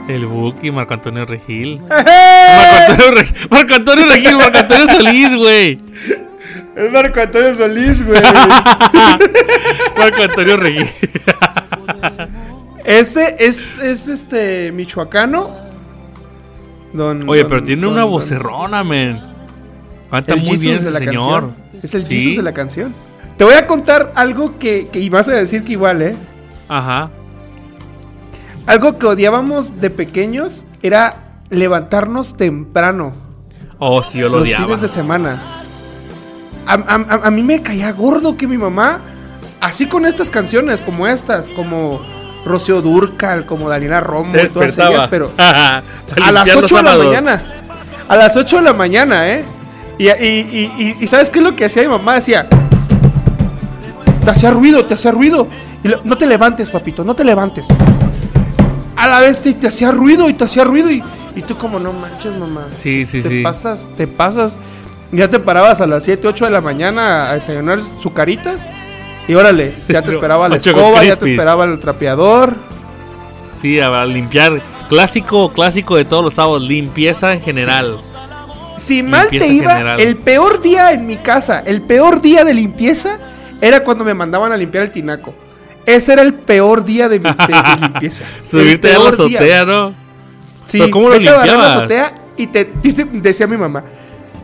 S3: El Buki, Marco Antonio
S4: ¡Eh!
S3: Regil. Marco Antonio, Re- Marco Antonio Regil, Marco Antonio Solís, güey.
S4: Es Marco Antonio Solís, güey.
S3: Marco Antonio Regil.
S4: Ese es, es este michoacano. Don,
S3: Oye,
S4: don-
S3: pero tiene
S4: don-
S3: una
S4: don-
S3: vocerrona, men. Canta
S4: el
S3: muy
S4: Jesus
S3: bien
S4: de
S3: ese
S4: la
S3: señor.
S4: canción. Es el
S3: Sí.
S4: Jesus de la canción. Te voy a contar algo que, que y vas a decir que igual, ¿eh?
S3: Ajá.
S4: Algo que odiábamos de pequeños era levantarnos temprano.
S3: Oh, sí, yo lo
S4: los
S3: odiaba.
S4: fines de semana. A, a- a- a mí me caía gordo que mi mamá, así con estas canciones, como estas, como Rocío Durcal, como Dalina Romo,
S3: Te
S4: y todas
S3: despertaba.
S4: ellas, pero
S3: Para
S4: a
S3: limpiar
S4: las
S3: los
S4: 8 de la
S3: sábados.
S4: mañana. A las 8 de la mañana, ¿eh? Y, y- y- y- y ¿sabes qué es lo que hacía mi mamá? Decía, te hacía ruido, te hacía ruido. Y lo- no te levantes, papito, no te levantes. A la vez te, te hacía ruido y te hacía ruido. Y, y tú como, no manches, mamá.
S3: Sí,
S4: Te-
S3: sí,
S4: te
S3: sí.
S4: pasas, te pasas. Ya te parabas a las 7, 8 de la mañana a desayunar sucaritas. Y órale, ya te
S3: Sí,
S4: esperaba la
S3: ocho con
S4: escoba, ya te
S3: Crispies.
S4: esperaba el trapeador.
S3: Sí, a limpiar. Clásico, clásico de todos los sábados. Limpieza en general.
S4: Si mal te
S3: Limpieza
S4: iba,
S3: general.
S4: el peor día en mi casa, el peor día de limpieza era cuando me mandaban a limpiar el tinaco. Ese era el peor día de mi de- de limpieza.
S3: Subirte
S4: El
S3: a la
S4: peor día.
S3: azotea, ¿no?
S4: Sí,
S3: ¿Pero cómo lo
S4: vete a barrer la
S3: limpiabas?
S4: azotea y te dice- decía mi mamá.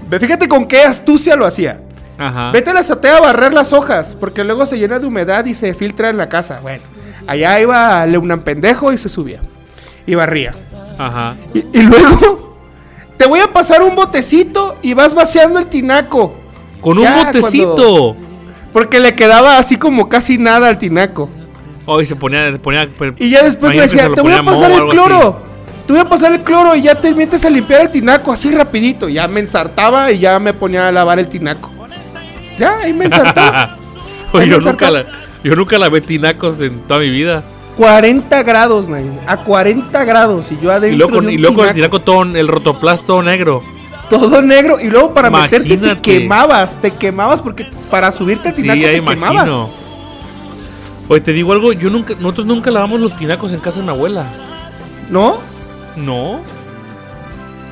S4: "Ve, Fíjate con qué astucia lo hacía.
S3: Ajá.
S4: Vete a la azotea a barrer las hojas, porque luego se llena de humedad y se filtra en la casa. Bueno, allá iba Leunan pendejo y se subía. Y barría.
S3: Ajá.
S4: Y, y luego te voy a pasar un botecito y vas vaciando el tinaco.
S3: Con un
S4: Ya,
S3: botecito.
S4: cuando- Porque le quedaba así como casi nada al tinaco.
S3: Hoy se ponía, se ponía. pues,
S4: Y ya después me
S3: imagínate se
S4: decía,
S3: lo
S4: te voy a
S3: ponía
S4: pasar
S3: moho o
S4: el
S3: algo
S4: cloro. Te voy a pasar el cloro y ya te metes a limpiar el tinaco así rapidito. Ya me ensartaba y ya me ponía a lavar el tinaco. Ya, ahí me ensartaba.
S3: Oye,
S4: Ahí
S3: yo
S4: me
S3: nunca
S4: ensartaba.
S3: la, yo nunca la metí nacos en toda mi vida.
S4: 40 grados, Nain. A 40 grados. Y yo
S3: y
S4: adentro
S3: luego, con-
S4: de un
S3: y luego con el
S4: tinaco,
S3: tinaco todo, el rotoplas todo negro.
S4: todo negro. Y luego para meterte te
S3: Imagínate.
S4: quemabas. Te quemabas porque para subirte al
S3: Sí,
S4: tinaco
S3: ya
S4: te quemabas.
S3: imagino. Oye, te digo algo, yo nunca, nosotros nunca lavamos los tinacos en casa de mi abuela.
S4: ¿No?
S3: No,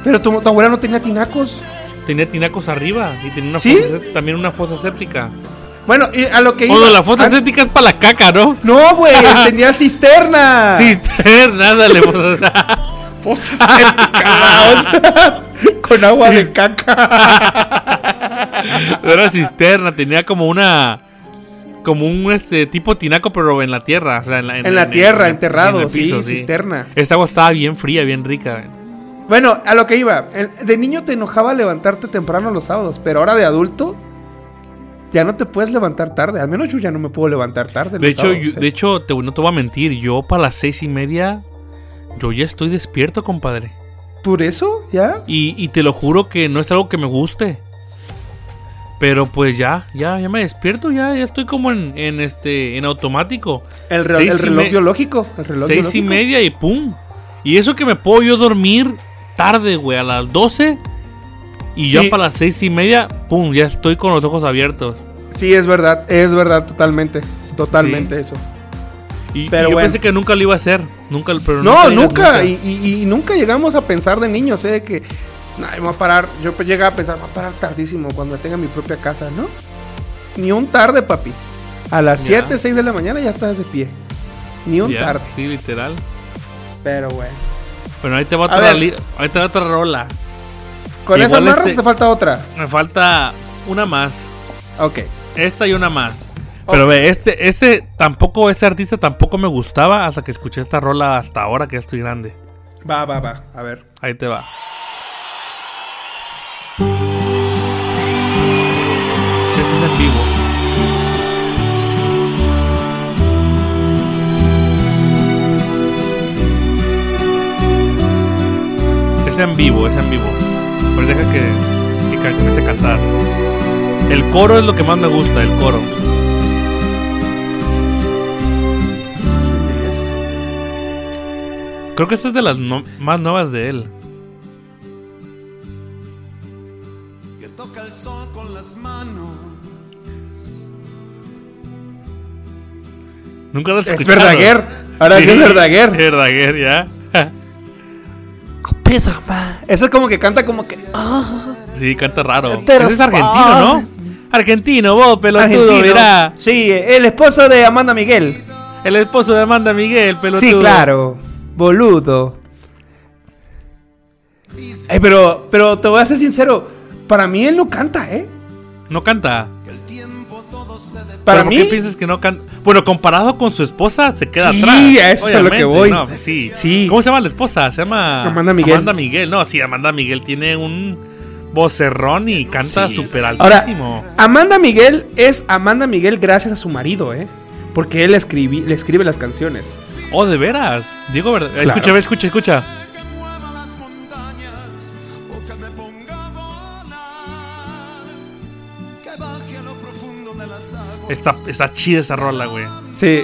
S4: Pero tu, tu abuela no tenía tinacos.
S3: tenía tinacos arriba y tenía una
S4: ¿Sí?
S3: fosa sé- también una fosa séptica.
S4: Bueno, y a lo que
S3: Bueno,
S4: iba-
S3: la fosa
S4: a-
S3: séptica es para la caca, ¿no?
S4: No, güey, tenía cisterna.
S3: Cisterna, pues, dale. fosa-
S4: Fosa séptica, la onda. Con agua de caca.
S3: no era cisterna, tenía como una. Como un este, tipo tinaco, pero en la tierra. o sea, en la, en-
S4: En la
S3: en-
S4: tierra,
S3: en-
S4: enterrado,
S3: en el piso,
S4: sí, cisterna.
S3: Esta agua estaba bien fría, bien rica.
S4: Bueno, a lo que iba. el- De niño te enojaba levantarte temprano los sábados, pero ahora de adulto ya no te puedes levantar tarde. Al menos yo ya no me puedo levantar tarde.
S3: De
S4: los
S3: hecho,
S4: sábados,
S3: yo-
S4: ¿eh?
S3: de hecho te, no te voy a mentir, yo para las seis y media, yo ya estoy despierto, compadre.
S4: ¿Por eso? ¿Ya?
S3: Y, y te lo juro que no es algo que me guste. Pero pues ya, ya, ya me despierto, ya, ya estoy como en, en este, en automático.
S4: El, re-
S3: Seis
S4: el
S3: y
S4: reloj
S3: me-
S4: biológico. El reloj
S3: Seis y
S4: biológico.
S3: media y pum. Y eso que me puedo yo dormir tarde, güey, a las doce. Y ya
S4: Sí.
S3: para las seis y media, pum, ya estoy con los ojos abiertos.
S4: Sí, es verdad, es verdad, totalmente. Totalmente eso.
S3: Y, y
S4: Pero
S3: yo
S4: bueno.
S3: pensé que nunca lo iba a hacer. Nunca, pero
S4: No,
S3: lo iba a-
S4: nunca. Y, y- y nunca llegamos a pensar de niños, ¿eh? De que, "Ay, me voy a parar. Yo pues llegaba a pensar, me voy a parar tardísimo cuando tenga mi propia casa, ¿no? Ni un tarde, papi. A las
S3: Ya.
S4: 7, 6 de la mañana ya estás de pie. Ni un
S3: Ya,
S4: tarde.
S3: Sí, literal.
S4: Pero bueno.
S3: Bueno, ahí te va
S4: A
S3: otra,
S4: ver.
S3: li- ahí te va otra rola.
S4: Con esa
S3: Igual
S4: marra
S3: este-
S4: te falta otra.
S3: Me falta una más.
S4: Ok.
S3: Esta y una más. Pero ve, este, este tampoco, este artista tampoco me gustaba hasta que escuché esta rola hasta ahora que ya estoy grande.
S4: Va, va, va. A ver.
S3: Ahí te va. Este es en vivo. Es en vivo, es en vivo. Pero deja que, que ca- comience a cantar. El coro es lo que más me gusta, el coro. Creo que esta es de las no- más nuevas de él.
S6: que toca el sol con las manos.
S3: Nunca las
S4: Es
S3: escucharon.
S4: Verdaguer. Ahora sí, es Verdaguer.
S3: Verdaguer, ya.
S4: Eso es como que canta como que. "Ah,
S3: Sí, canta raro.
S4: Pero
S3: Ese es argentino, ¿no? Argentino, vos, pelotudo,
S4: argentino".
S3: mirá.
S4: Sí, el esposo de Amanda Miguel.
S3: El esposo de Amanda Miguel, pelotudo.
S4: Sí, claro. Boludo. Ay, pero, pero te voy a ser sincero. Para mí él no canta, ¿eh?
S3: No canta.
S4: Para
S3: ¿por
S4: mí-
S3: qué piensas que no canta? Bueno, comparado con su esposa, se queda
S4: Sí,
S3: atrás.
S4: a eso es a lo que
S3: obviamente,
S4: voy.
S3: no, sí.
S4: Sí.
S3: ¿Cómo se llama la esposa? Se llama
S4: Amanda Miguel.
S3: Amanda Miguel. No, sí, Amanda Miguel tiene un vocerrón y canta súper
S4: Ahora,
S3: altísimo.
S4: Amanda Miguel es Amanda Miguel gracias a su marido, ¿eh? Porque él escribi- le escribe las canciones.
S3: Oh, de veras. Digo, verdad.
S4: Claro.
S3: Escucha, ve, escucha, escucha.
S6: que mueva las montañas o que me ponga a volar. Que baje a lo profundo de las aguas.
S3: Está, está chida esa rola, güey.
S4: Sí.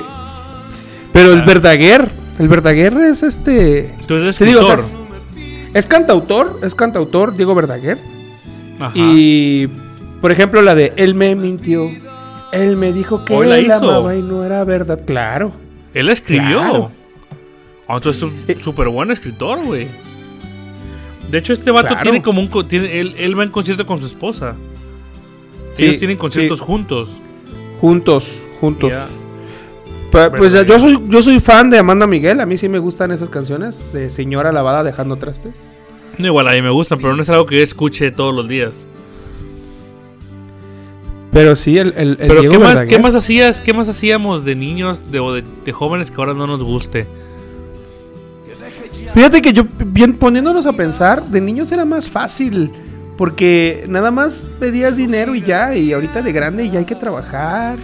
S4: Pero el Verdaguer, el Verdaguer es este...
S3: Ah. Entonces es
S4: Te digo, o sea,
S3: escritor.
S4: Es cantautor, es cantautor Diego Verdaguer.
S3: Ajá.
S4: Y, por ejemplo, la de Él me mintió. Él me dijo que
S3: Hoy la
S4: él la
S3: hizo.
S4: amaba y no era verdad. Claro.
S3: Él escribió.
S4: Claro.
S3: Ah, entonces es
S4: Eh.
S3: un súper buen escritor, güey. De hecho, este vato
S4: Claro.
S3: tiene como un. co- tiene- él, él va en concierto con su esposa.
S4: Sí,
S3: Ellos tienen conciertos
S4: sí.
S3: juntos.
S4: Juntos, juntos.
S3: Ya.
S4: Pa- pues ya,
S3: Verdaguer.
S4: yo soy, yo soy fan de Amanda Miguel. A mí sí me gustan esas canciones de Señora Lavada dejando trastes.
S3: No, igual a mí me gustan, pero no es algo que yo escuche todos los días.
S4: Pero sí, el, el, el
S3: Pero
S4: Diego
S3: ¿qué más,
S4: Verdaguer.
S3: ¿qué más hacías? ¿Qué más hacíamos de niños de, o de, de jóvenes que ahora no nos guste?
S4: Fíjate que yo, bien poniéndonos a pensar, de niños era más fácil. Porque nada más pedías dinero y ya. Y ahorita de grande ya hay que trabajar.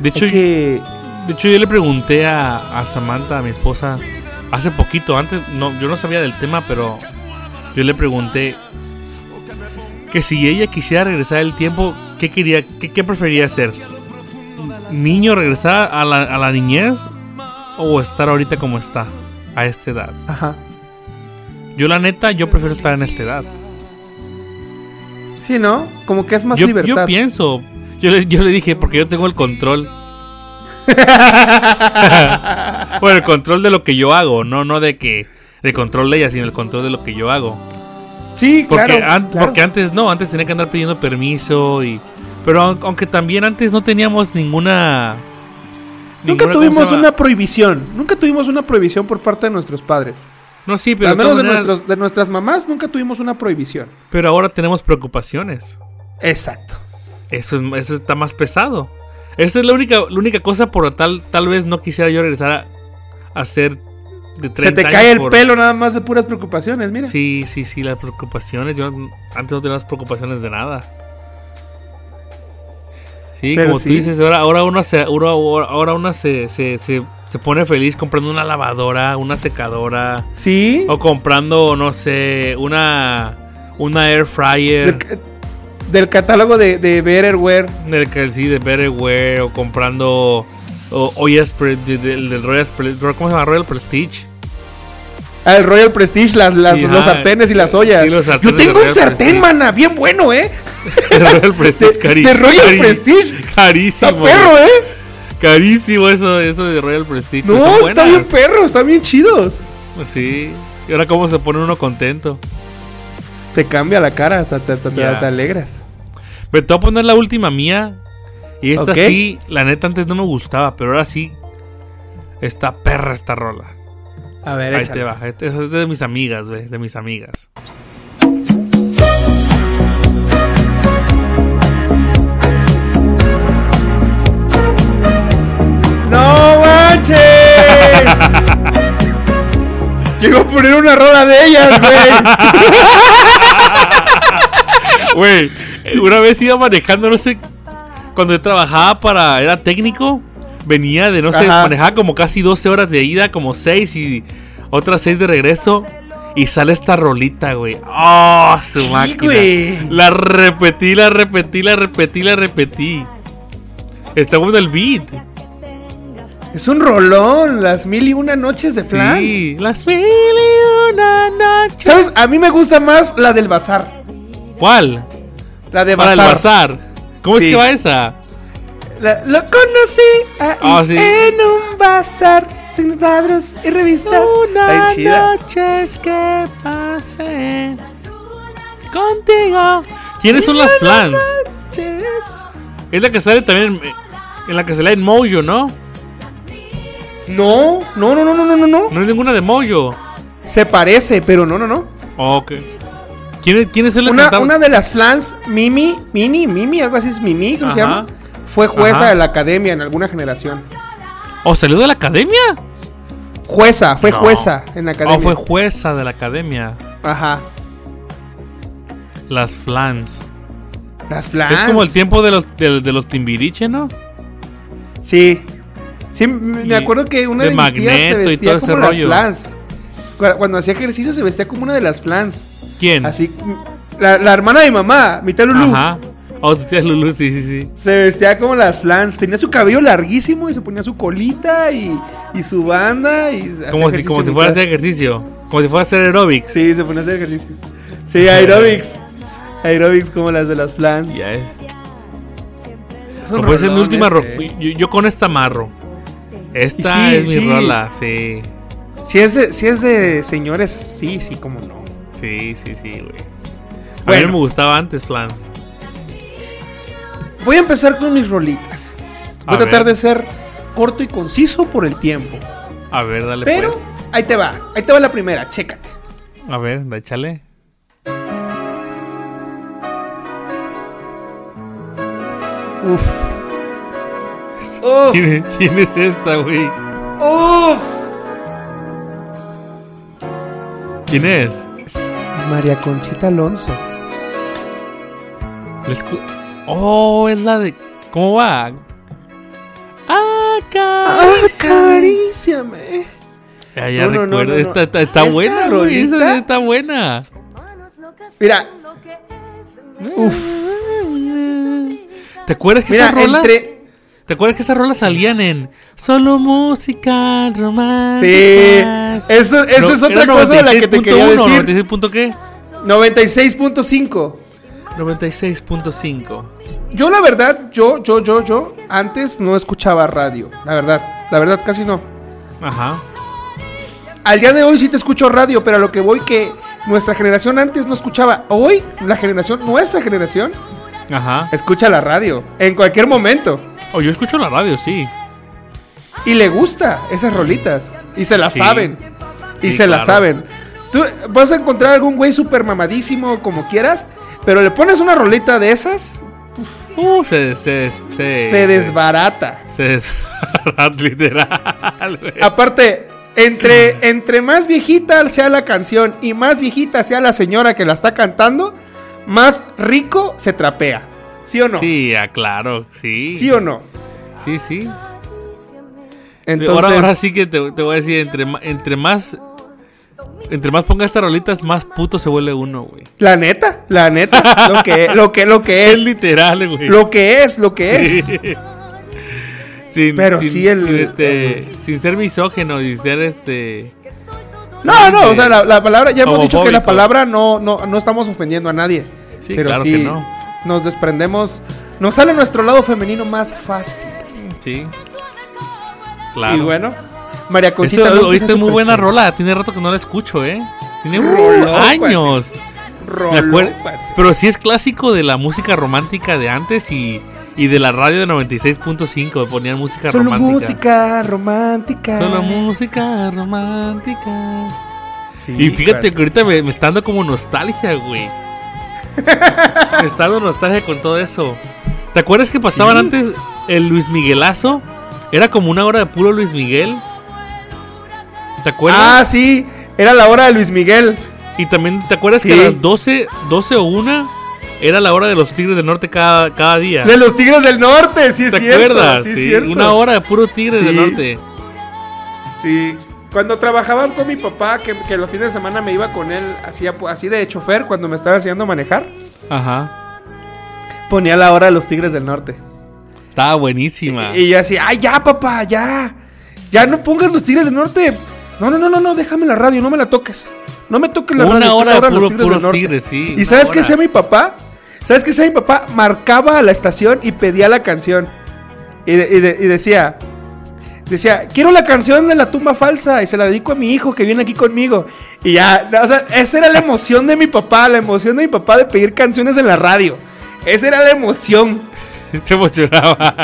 S3: De hecho,
S4: hay que...
S3: De hecho, yo le pregunté a, a Samantha, a mi esposa, hace poquito, antes, no, yo no sabía del tema, pero yo le pregunté que si ella quisiera regresar el tiempo, ¿qué quería, qué, qué prefería hacer? ¿Niño regresar a la, a la niñez o estar ahorita como está, a esta edad?
S4: Ajá.
S3: Yo la neta, yo prefiero estar en esta edad.
S4: Sí, ¿no? Como que es más
S3: yo, yo
S4: libertad.
S3: pienso, yo le, yo le dije, porque yo tengo el control. bueno, el control de lo que yo hago, no, no de que, de control de ella, sino el control de lo que yo hago.
S4: Sí,
S3: Porque,
S4: claro,
S3: an-
S4: claro.
S3: porque antes no, antes tenía que andar pidiendo permiso y... Pero aun- aunque también antes no teníamos ninguna...
S4: Nunca
S3: ninguna- ¿cómo se
S4: tuvimos
S3: llama?
S4: una prohibición. Nunca tuvimos una prohibición por parte de nuestros padres.
S3: No, sí, pero...
S4: Al menos
S3: de
S4: de,
S3: todas maneras-
S4: nuestros, de nuestras mamás nunca tuvimos una prohibición.
S3: Pero ahora tenemos preocupaciones.
S4: Exacto.
S3: Eso, es- eso está más pesado. Esta es la única, la única cosa por la tal, tal vez no quisiera yo regresar a, a ser de 30
S4: Se te
S3: años
S4: cae el
S3: por-
S4: pelo nada más de puras preocupaciones, mira.
S3: Sí, sí, sí, las preocupaciones. Yo no- antes no tenía las preocupaciones de nada. Sí,
S4: Pero
S3: como
S4: sí.
S3: tú dices, ahora, ahora una, se, ahora, ahora- ahora una se, se, se, se pone feliz comprando una lavadora, una secadora,
S4: Sí.
S3: o comprando, no sé, una, una air
S4: Del,
S3: fryer.
S4: ca- del catálogo de, de Betterware.
S3: del que sí, de Betterware o comprando o, ollas pre- de- de- del Royal Pre- ¿cómo se llama? Royal Prestige.
S4: Ah, el Royal Prestige, las, las-
S3: Sí,
S4: los
S3: ajá,
S4: sartenes y las
S3: sí,
S4: ollas.
S3: los sartenes
S4: Yo tengo
S3: de
S4: un
S3: Royal
S4: sartén,
S3: Prestige.
S4: mana, bien bueno, ¿eh?
S3: El Royal Prestige
S4: De-
S3: cari-
S4: de Royal
S3: cari-
S4: Prestige. Está
S3: Carísimo.
S4: perro,
S3: güey.
S4: ¿eh?
S3: Carísimo eso, eso de Royal Prestige. pero
S4: No,
S3: pues son
S4: está bien
S3: buenas.
S4: perro, están bien chidos.
S3: Sí. Y ahora cómo se pone uno contento.
S4: Te cambia la cara, hasta te, te- te-
S3: Ya.
S4: te alegras.
S3: Pero te voy a poner la última mía. Y esta
S4: Ok.
S3: sí, la neta antes no me gustaba, pero ahora sí. Está perra esta rola.
S4: A ver,
S3: Ahí
S4: échale.
S3: te va. Esta esta es de mis amigas, güey. De mis amigas.
S4: ¡No manches! Yo iba a poner una rola de ellas, güey.
S3: Güey, una vez iba manejando, no sé, cuando yo trabajaba para, era técnico, venía de, no sé,
S4: Ajá.
S3: manejaba como casi 12 horas de ida, como 6 y otras 6 de regreso. Y sale esta rolita, güey. ¡Oh, su máquina!
S4: güey.
S3: La repetí, la repetí, la repetí, la repetí. Está bueno el beat.
S4: Es un rolón, las mil y una noches de Flans.
S3: Sí, las mil y una noches.
S4: ¿Sabes? A mí me gusta más la del bazar.
S3: ¿Cuál?
S4: La de
S3: Para
S4: bazar.
S3: el bazar. ¿Cómo
S4: Sí.
S3: es que va esa?
S4: La- lo conocí ahí
S3: Ah, sí.
S4: en un bazar. Sin cuadros y revistas. Está bien chida.
S3: noches que pasé contigo. ¿Quiénes son las flans?
S4: Noches.
S3: Es la que sale también en, en la que sale en Mojo, ¿no?
S4: No, no, no, no, no, no, no, no.
S3: No es ninguna de Mojo. Oh,
S4: Se parece, pero no, no, no.
S3: Ok. ¿Quiénes, quiénes son las
S4: Una,
S3: cantaban?
S4: una de las flans, Mimi, Mini, Mimi, algo así es Mimi, ¿cómo se
S3: Ajá.
S4: llama? Fue jueza
S3: Ajá.
S4: de la academia en alguna generación.
S3: ¿O salió de la academia?
S4: Jueza, fue
S3: No.
S4: jueza en la academia.
S3: ¿O fue jueza de la academia?
S4: Ajá.
S3: Las flans.
S4: Las flans.
S3: Es como el tiempo de los, de, de los timbiriche, ¿no?
S4: Sí. Sí, m-
S3: Y
S4: me acuerdo que una
S3: de
S4: de, mis tías se
S3: Magneto y
S4: vestía
S3: todo ese
S4: como
S3: rollo.
S4: las flans. Cu- Cuando hacía ejercicio se vestía como una de las flans.
S3: ¿Quién?
S4: Así, la, la hermana de mamá, mi tía Lulu,
S3: Ajá. Oh, tu tía Lulu, sí, sí, sí.
S4: se vestía como las flans. Tenía su cabello larguísimo y se ponía su colita y, y su banda. Y hacía
S3: Como si,
S4: ejercicio
S3: como si
S4: en
S3: fuera a
S4: mitad.
S3: hacer ejercicio. Como si fuera a hacer aeróbics.
S4: Sí, se ponía a hacer ejercicio. Sí, aerobics. Aerobics como las de las flans.
S3: Ya es.
S4: Es un
S3: Pero puede ser mi
S4: rolón
S3: última
S4: ese,
S3: ro-
S4: eh.
S3: Yo, yo con esta amarro. Esta
S4: Y sí,
S3: es mi
S4: sí.
S3: rola, sí.
S4: Si es, de, si es de señores, sí, sí, como no.
S3: Sí, sí, sí, güey. A mí
S4: Bueno.
S3: no me gustaba antes, Flans.
S4: Voy a empezar con mis rolitas. Voy a,
S3: A
S4: tratar
S3: ver.
S4: de ser corto y conciso por el tiempo.
S3: A ver, dale
S4: Pero
S3: pues.
S4: ahí te va. Ahí te va la primera, chécate.
S3: A ver, da- échale.
S4: Uf. Uf.
S3: ¿Quién, quién es esta, güey?
S4: Uf.
S3: ¿Quién es?
S4: Es María Conchita Alonso.
S3: La escu- Oh, es la de. ¿Cómo va? Ah, Acá.
S4: Acaríciame.
S3: Ya, ya
S4: Ah, No, no, no,
S3: recuerdo.
S4: no, no.
S3: Esta, esta- está
S4: ¿Esa
S3: buena, güey. Esa
S4: rolita?
S3: sí está buena.
S4: Mira,
S3: ¿Te acuerdas que
S4: mira,
S3: esa rola?
S4: entre.
S3: ¿Te acuerdas que esas rolas salían en Solo música
S4: Sí.
S3: romántica?
S4: Eso, eso es otra cosa de la que te quería decir.
S3: 96.1, 96. qué?
S4: 96.5.
S3: 96.5.
S4: Yo la verdad, yo, yo, yo, yo, antes no escuchaba radio. La verdad, la verdad casi no.
S3: Ajá.
S4: Al día de hoy sí te escucho radio, pero a lo que voy que nuestra generación antes no escuchaba. Hoy, la generación, nuestra generación,
S3: Ajá.
S4: escucha la radio. En cualquier momento.
S3: O yo escucho la radio, sí.
S4: Y le gusta esas rolitas. Y se las
S3: Sí.
S4: saben.
S3: Sí,
S4: y se las
S3: claro.
S4: saben. Tú vas a encontrar algún güey super mamadísimo, como quieras, pero le pones una rolita de esas,
S3: Uh, se, se, se,
S4: se desbarata.
S3: Se desbarata, literal, güey.
S4: Ah, Aparte, entre, entre más viejita sea la canción y más viejita sea la señora que la está cantando, más rico se trapea. ¿Sí o no?
S3: Sí, ah, claro, sí.
S4: ¿Sí o no?
S3: Sí, sí.
S4: Entonces,
S3: ahora, ahora sí que te, te voy a decir, entre, ma- entre más... Entre más ponga estas rolitas, más puto se vuelve uno, güey.
S4: la neta, la neta, lo que, lo que, lo que
S3: Es
S4: es,
S3: literal, güey.
S4: lo que es, lo que es.
S3: Sin-
S4: Pero
S3: sin-
S4: sí el-
S3: sin, este, sin ser misógeno y ser este...
S4: No, no, o sea, la, la palabra, ya hemos dicho que la
S3: Homofóbico.
S4: palabra no, no, no estamos ofendiendo a nadie.
S3: Sí,
S4: pero
S3: claro
S4: sí,
S3: que no.
S4: nos desprendemos, nos sale nuestro lado femenino más fácil.
S3: Sí. Claro.
S4: Y bueno, María
S3: Esto,
S4: Conchita Alonso pues,
S3: oíste
S4: hizo
S3: muy
S4: su
S3: buena
S4: presente.
S3: rola. Tiene rato que no la escucho, ¿eh? Tiene uh,
S4: Rolón,
S3: años. Me
S4: Rolón,
S3: acuer-
S4: cuate.
S3: Pero sí es clásico de la música romántica de antes y, y de la radio de 96.5. Ponían música
S4: Solo
S3: romántica.
S4: música romántica.
S3: Solo música romántica.
S4: Sí,
S3: y fíjate
S4: cuate.
S3: que ahorita me, me está dando como nostalgia, güey. me está dando nostalgia con todo eso. ¿Te acuerdas que pasaban
S4: Sí.
S3: antes el Luis Miguelazo? Era como una hora de puro Luis Miguel. ¿Te acuerdas?
S4: Ah, sí, era la hora de Luis Miguel.
S3: Y también, ¿te acuerdas
S4: Ah, Sí.
S3: que a las 12, 12 o 1 era la hora de los Tigres del Norte cada, cada día?
S4: De los Tigres del Norte, sí es
S3: ¿Te
S4: cierto.
S3: acuerdas?
S4: Sí, es
S3: Sí,
S4: cierto.
S3: Una hora de puro Tigres del
S4: Sí.
S3: Norte.
S4: Sí. Cuando trabajaba con mi papá, que, que los fines de semana me iba con él así, a- así de chofer cuando me estaba enseñando a manejar,
S3: Ajá.
S4: ponía la hora de los Tigres del Norte.
S3: Estaba buenísima.
S4: Y yo así, ay, ya, papá, ya. Ya no pongas los Tigres del Norte. No, no, no, no, no, déjame la radio, no me la toques. No me toques la
S3: Una
S4: radio.
S3: hora
S4: de
S3: de puro- puros Tigres, sí,
S4: ¿Y
S3: una
S4: sabes qué
S3: hora.
S4: hacía mi papá? ¿Sabes qué hacía mi papá? Marcaba a la estación y pedía la canción. Y, de- y de- y decía, decía, quiero la canción de la tumba falsa y se la dedico a mi hijo que viene aquí conmigo. Y ya, o sea, esa era la emoción de mi papá, la emoción de mi papá de pedir canciones en la radio. Esa era la emoción.
S3: Se emocionaba.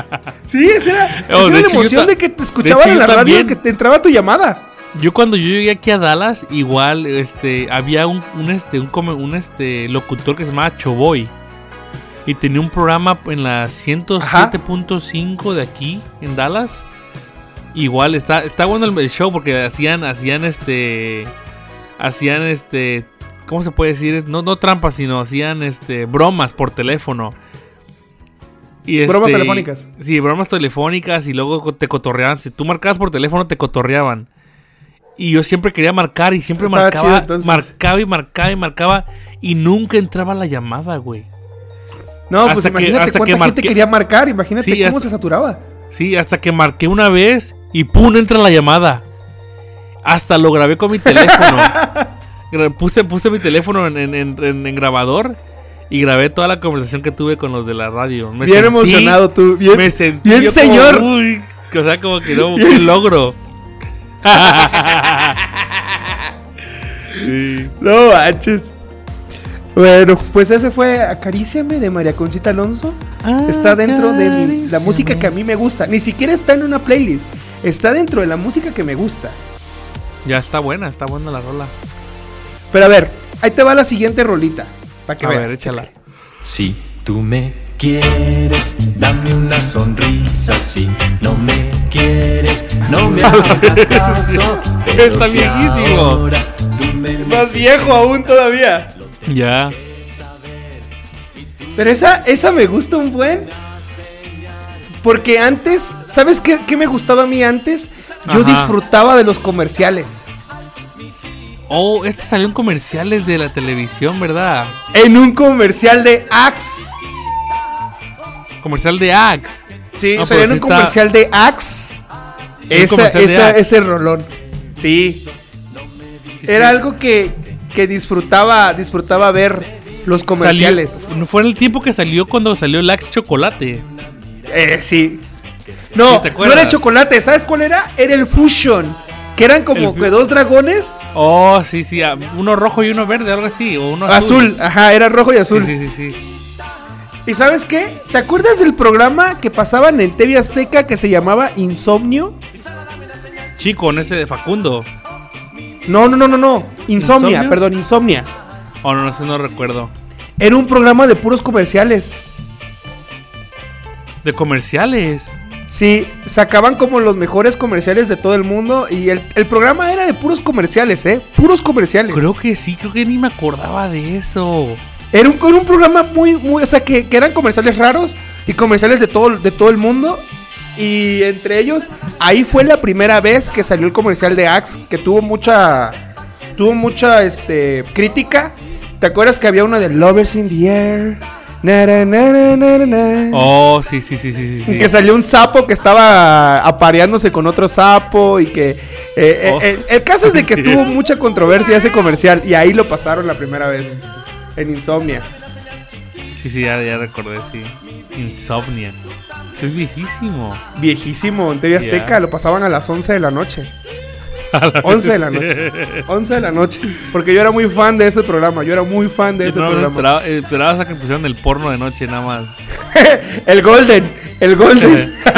S4: Sí, esa era,
S3: Oh,
S4: esa
S3: de
S4: era la
S3: hecho, yo
S4: emoción
S3: ta-
S4: de que te escuchaban
S3: de hecho,
S4: en la
S3: yo
S4: radio,
S3: también.
S4: que te entraba tu llamada.
S3: Yo cuando yo llegué aquí a Dallas, igual este había un, un, este un come- un, este locutor que se llamaba Choboy. Y tenía un programa en la 107.5 de aquí, en Dallas. Igual, está, está bueno el, el show porque hacían, hacían este. Hacían este. ¿Cómo se puede decir? No, no trampas, sino hacían este. bromas por teléfono. Y,
S4: Bromas
S3: este,
S4: telefónicas.
S3: Sí, bromas telefónicas y luego co- te cotorreaban. Si tú marcabas por teléfono, te cotorreaban. Y yo siempre quería marcar y siempre
S4: Estaba
S3: marcaba,
S4: chido, entonces.
S3: marcaba y marcaba y marcaba y nunca entraba la llamada, güey.
S4: No, pues
S3: Hasta que-
S4: imagínate
S3: hasta que
S4: cuánta gente
S3: marqué-
S4: quería marcar, imagínate
S3: Sí,
S4: cómo
S3: hasta-
S4: se saturaba.
S3: Sí, hasta que marqué una vez y ¡pum! entra la llamada. Hasta lo grabé con mi teléfono. Gra- puse, puse mi teléfono en, en- en- en- en grabador y grabé toda la conversación que tuve con los de la radio. Me
S4: bien
S3: sentí-
S4: emocionado tú, bien,
S3: me sentí
S4: bien
S3: yo como,
S4: señor.
S3: uy, o sea, como que no,
S4: Bien.
S3: qué logro. Sí.
S4: No manches. Bueno, pues ese fue Acaríciame de María Conchita Alonso. Está dentro de mi- la música que a mí me gusta. Ni siquiera está en una playlist. Está dentro de la música que me gusta.
S3: Ya está buena, está buena la rola.
S4: Pero a ver, ahí te va la siguiente rolita. Para que
S3: A
S4: veas.
S3: ver, échala.
S7: Si tú me quieres, dame una sonrisa. Si no me quieres, no me hagas caso. Pero
S3: Está
S7: si
S3: viejísimo.
S7: ahora tú me
S4: viejo aún todavía.
S3: Ya.
S4: Pero esa, esa me gusta un buen. Porque antes, ¿sabes qué, qué me gustaba a mí antes? Yo
S3: Ajá.
S4: disfrutaba de los comerciales.
S3: Oh, este salió en comerciales de la televisión, ¿verdad?
S4: En un comercial de Axe.
S3: Comercial de Axe.
S4: Sí,
S3: No,
S4: salía en
S3: pero
S4: un
S3: sí está-
S4: comercial de Axe.
S3: Era un
S4: Esa,
S3: comercial de
S4: esa-
S3: Axe.
S4: ese rolón. Sí.
S3: Sí,
S4: Era
S3: sí.
S4: algo que, que disfrutaba, disfrutaba ver los comerciales.
S3: Salió- fue en el tiempo que salió cuando salió el Axe Chocolate.
S4: Eh, sí.
S3: Sí, ¿te
S4: No, no era
S3: acuerdas?
S4: chocolate. ¿Sabes cuál era? Era el Fusion. Que eran como
S3: El fu-
S4: que dos dragones
S3: Oh, sí, sí. ah, Uno rojo y uno verde, algo así. O uno
S4: Azul,
S3: azul.
S4: ajá, era rojo y azul.
S3: Sí, sí, sí. sí.
S4: ¿Y sabes qué? ¿Te acuerdas del programa que pasaban en TV Azteca que se llamaba Insomnio?
S3: Chico, en ese de Facundo.
S4: No, no, no, no, no. Insomnia,
S3: ¿Insomnio?
S4: perdón, Insomnia.
S3: Oh, no, no sé, no recuerdo.
S4: Era un programa de puros comerciales.
S3: De comerciales.
S4: Sí, sacaban como los mejores comerciales de todo el mundo y el, el programa era de puros comerciales, ¿eh? Puros comerciales.
S3: Creo que sí, creo que ni me acordaba de eso.
S4: Era un, era un programa muy, muy, o sea, que, que eran comerciales raros y comerciales de todo, de todo el mundo. Y entre ellos, ahí fue la primera vez que salió el comercial de Axe, que tuvo mucha, tuvo mucha, este, crítica. ¿Te acuerdas que había uno de Lovers in the Air? Na, na, na, na, na, na, na.
S3: Oh, sí, sí, sí, sí, sí, sí.
S4: Que salió un sapo que estaba apareándose con otro sapo y que... eh, eh,
S3: Oh.
S4: el, el caso es de que
S3: Sí.
S4: tuvo mucha controversia ese comercial y ahí lo pasaron la primera vez, en Insomnia.
S3: Sí, sí, ya, ya recordé, sí. Insomnia. Sí, Es viejísimo.
S4: Viejísimo, en TV Azteca
S3: Ya.
S4: lo pasaban a las 11 de la noche. 11 de la noche. 11 de la noche. Porque yo era muy fan de ese programa. Yo era muy fan de ese
S3: No, no,
S4: programa.
S3: esperaba, esperabas a que pusieran el porno de noche nada más.
S4: el Golden. El Golden.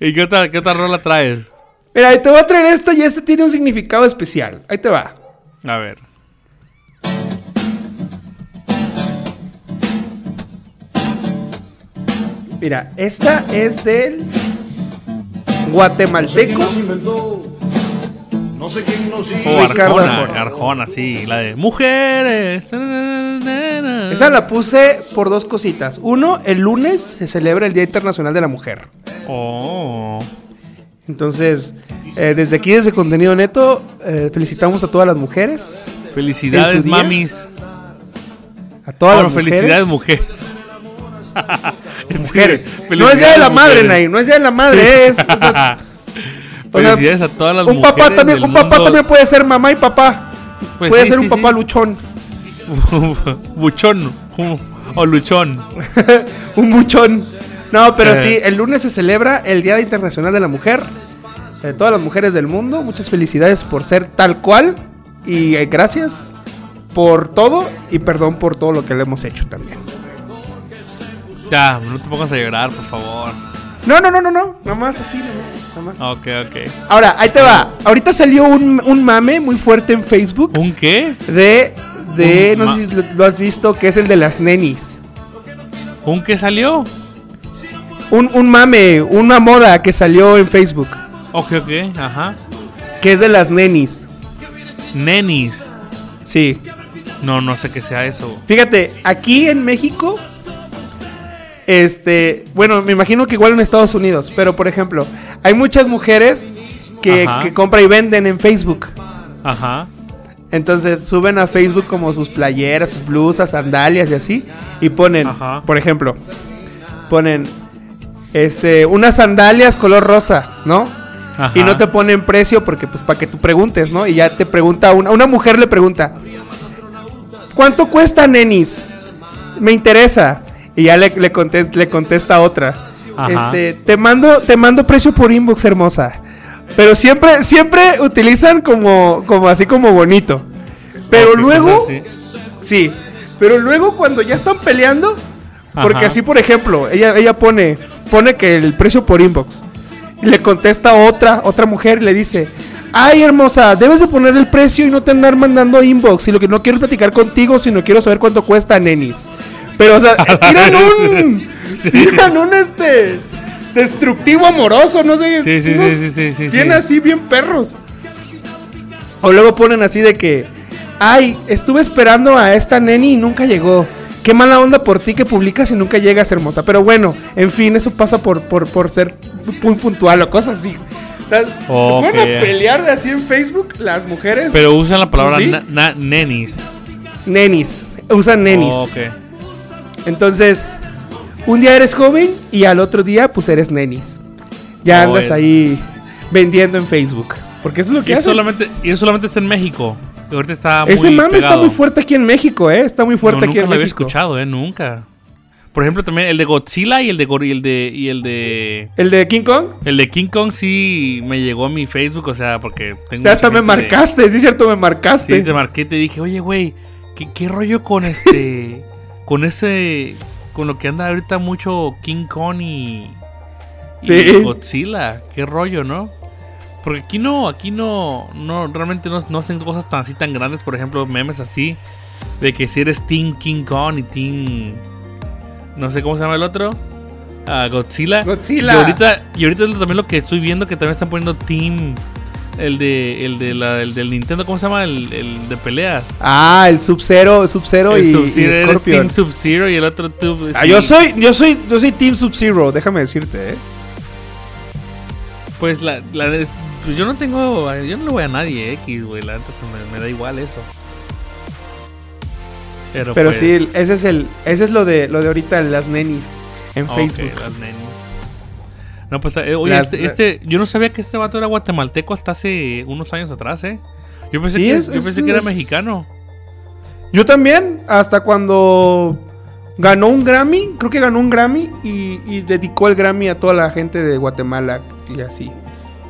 S3: ¿Y qué otra, qué otra rola traes?
S4: Mira, ahí te voy a traer esta y este tiene un significado especial. Ahí te va.
S3: A ver.
S4: Mira, esta es del guatemalteco.
S3: Oh,
S4: Ricardo Arjona.
S3: Arjona, Arjona, sí. La de mujeres. Esa
S4: Esa la puse por dos cositas. Uno, el lunes se celebra el Día Internacional de la Mujer.
S3: Oh.
S4: Entonces, eh, desde aquí, desde Contenido Neto, eh, felicitamos a todas las mujeres. ¿En
S3: Felicidades,
S4: su día?
S3: mamis.
S4: A todas
S3: Bueno,
S4: las mujeres.
S3: felicidades, mujer. Sí,
S4: Mujeres. no es
S3: felicidades,
S4: Día de la Madre,
S3: mujeres.
S4: Nay. No es Día de la Madre. Es, o sea, o sea,
S3: Felicidades a todas las
S4: un
S3: mujeres.
S4: papá también,
S3: del
S4: un papá
S3: mundo.
S4: también puede ser mamá y papá.
S3: Pues
S4: puede
S3: sí,
S4: ser
S3: sí,
S4: un papá
S3: sí.
S4: luchón.
S3: Buchón. O luchón.
S4: un buchón. No, pero
S3: Eh.
S4: sí, el lunes se celebra el Día Internacional de la Mujer. De todas las mujeres del mundo. Muchas felicidades por ser tal cual. Y eh, gracias por todo. Y perdón por todo lo que le hemos hecho también.
S3: Ya, no te pongas a llorar, por favor.
S4: No, no, no, no, no. Nomás así, nomás. nomás.
S3: Ok, ok.
S4: Ahora, ahí te va. Ahorita salió un, un mame muy fuerte en Facebook
S3: ¿Un qué?
S4: de, de.
S3: Mm,
S4: No
S3: ma-
S4: sé si lo, lo has visto, que es el de las nenis.
S3: ¿Un qué salió?
S4: Un, un mame, una moda que salió en Facebook,
S3: Ok, ok, ajá.
S4: que es de las nenis.
S3: Nenis.
S4: Sí.
S3: No, no sé qué sea eso.
S4: Fíjate, aquí en México, este, bueno, me imagino que igual en Estados Unidos, pero por ejemplo, hay muchas mujeres que,
S3: Ajá.
S4: que compran y venden en Facebook.
S3: Ajá.
S4: Entonces suben a Facebook como sus playeras, sus blusas, sandalias y así. Y ponen,
S3: Ajá.
S4: por ejemplo, ponen este, unas sandalias color rosa, ¿no?
S3: Ajá.
S4: Y no te ponen precio porque pues para que tú preguntes, ¿no? Y ya te pregunta una, una mujer le pregunta, ¿cuánto cuesta nenis? Me interesa. Y ya le, le, conte- le contesta otra.
S3: Ajá.
S4: Este, te mando, te mando precio por inbox, hermosa. Pero siempre, siempre utilizan como, como así como bonito. Pero
S3: Ok,
S4: luego,
S3: cosas
S4: sí. Pero luego cuando ya están peleando, porque
S3: Ajá.
S4: así, por ejemplo, ella, ella pone, pone que el precio por inbox. Y le contesta otra, otra mujer y le dice, ay hermosa, debes de poner el precio y no te andar mandando inbox. Y lo que no quiero es platicar contigo, sino quiero saber cuánto cuesta nenis. Pero, o sea, tiran un, tiran un este destructivo amoroso, no sé.
S3: Sí, sí, sí,
S4: unos-
S3: sí, sí, sí,
S4: bien
S3: sí.
S4: así, bien perros. O luego ponen así de que, ay, estuve esperando a esta neni y nunca llegó. Qué mala onda por ti que publicas y nunca llegas, hermosa. Pero bueno, en fin, eso pasa por, por, por ser muy puntual o cosas así. O sea,
S3: Ok.
S4: se ponen a pelear de así en Facebook las mujeres.
S3: Pero usan la palabra
S4: ¿Sí?
S3: na- na- nenis.
S4: nenis, usan nenis.
S3: Ok.
S4: Entonces, un día eres joven y al otro día, pues eres nenis. Ya
S3: Oh,
S4: andas
S3: bueno.
S4: ahí vendiendo en Facebook. Porque eso es lo
S3: Y
S4: que
S3: eso,
S4: hacen.
S3: solamente, y eso solamente está en México. que Ahorita está muy
S4: Ese mame está
S3: pegado.
S4: muy fuerte aquí en México, ¿eh? Está muy fuerte
S3: No,
S4: aquí
S3: nunca
S4: en
S3: lo había
S4: México.
S3: escuchado, ¿eh? Nunca. Por ejemplo, también el de Godzilla y el de, gor- y el de, y el de
S4: ¿El de King Kong?
S3: El de King Kong sí me llegó a mi Facebook, o sea, porque tengo.
S4: O sea, hasta
S3: mucha
S4: me
S3: gente de-
S4: marcaste, sí es cierto, me marcaste.
S3: sí, te marqué y te dije, oye, güey, ¿qué, qué rollo con este. con ese. con lo que anda ahorita mucho King Kong y. y
S4: Sí.
S3: Godzilla? ¿Qué rollo, no? Porque aquí no, aquí no, no, realmente no, no hacen cosas tan así tan grandes, por ejemplo, memes así, de que si eres Team King Kong y Team, no sé cómo se llama el otro, Ah, Godzilla.
S4: Godzilla.
S3: Y ahorita, y ahorita es lo- también lo que estoy viendo que también están poniendo Team. El de, el de la, el del Nintendo, ¿cómo se llama? El, el de peleas.
S4: Ah, el Sub-Zero, Sub-Zero
S3: el
S4: y, y
S3: Sub-Zero, eres
S4: Scorpion.
S3: Team Sub-Zero y el otro Tube.
S4: Ah, yo soy, yo soy, yo soy Team Sub-Zero, déjame decirte, ¿eh?
S3: Pues la, la de- pues yo no tengo. Yo no le voy a nadie X, güey. La neta se me, me da igual eso. Pero,
S4: Pero
S3: pues,
S4: sí, el- ese es el, ese es lo de, lo de ahorita, las nenis en
S3: ok,
S4: Facebook.
S3: las nenas. No, pues, eh, oye,
S4: Las-
S3: este, este- yo no sabía que este vato era guatemalteco hasta hace unos años atrás, ¿eh? Yo pensé,
S4: Sí,
S3: que,
S4: es-
S3: yo
S4: es-
S3: pensé que era
S4: es-
S3: mexicano.
S4: Yo también, hasta cuando ganó un Grammy, creo que ganó un Grammy y, y dedicó el Grammy a toda la gente de Guatemala y así. Y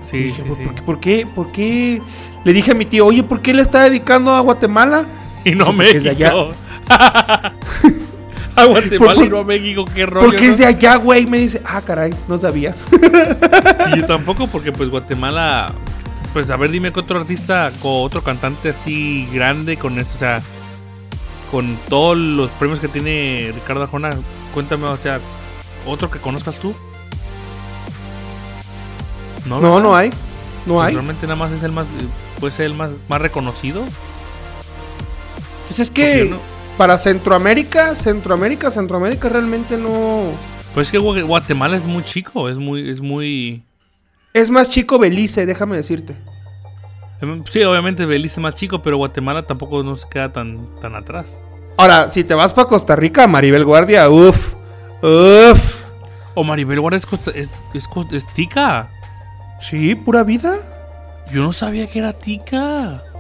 S3: Sí,
S4: dije, "Pues,
S3: sí,
S4: "¿Por-
S3: sí.
S4: ¿por, qué- por qué? ¿Por qué? Le dije a mi tío, oye, ¿por qué le está dedicando a Guatemala?
S3: Y no a
S4: Sí, porque es de
S3: México. A Guatemala
S4: Por- por-
S3: y no a México, qué rollo.
S4: Porque
S3: ¿no?
S4: es de allá, güey. Me dice, ah, caray, no sabía.
S3: Sí, yo tampoco, porque pues Guatemala. Pues a ver, dime que otro artista o otro cantante así grande con esto, o sea, con todos los premios que tiene Ricardo Arjona, cuéntame, o sea, otro que conozcas tú.
S4: No,
S3: ¿verdad?
S4: no hay. No
S3: Pues,
S4: hay.
S3: Realmente nada más es el más, eh, puede ser el más, más reconocido.
S4: Pues es
S3: porque
S4: que
S3: yo no-
S4: para Centroamérica, Centroamérica, Centroamérica realmente no.
S3: Pues es que Gua- Guatemala es muy chico, es muy, es muy,
S4: Es más chico Belice, déjame decirte.
S3: em, Sí, obviamente Belice es más chico, pero Guatemala tampoco no se queda tan, tan atrás.
S4: Ahora, si te vas para Costa Rica, Maribel Guardia, uff, uff.
S3: O Maribel Guardia es, costa- es, es cos- es tica.
S4: Sí, pura vida.
S3: Yo no sabía que era tica.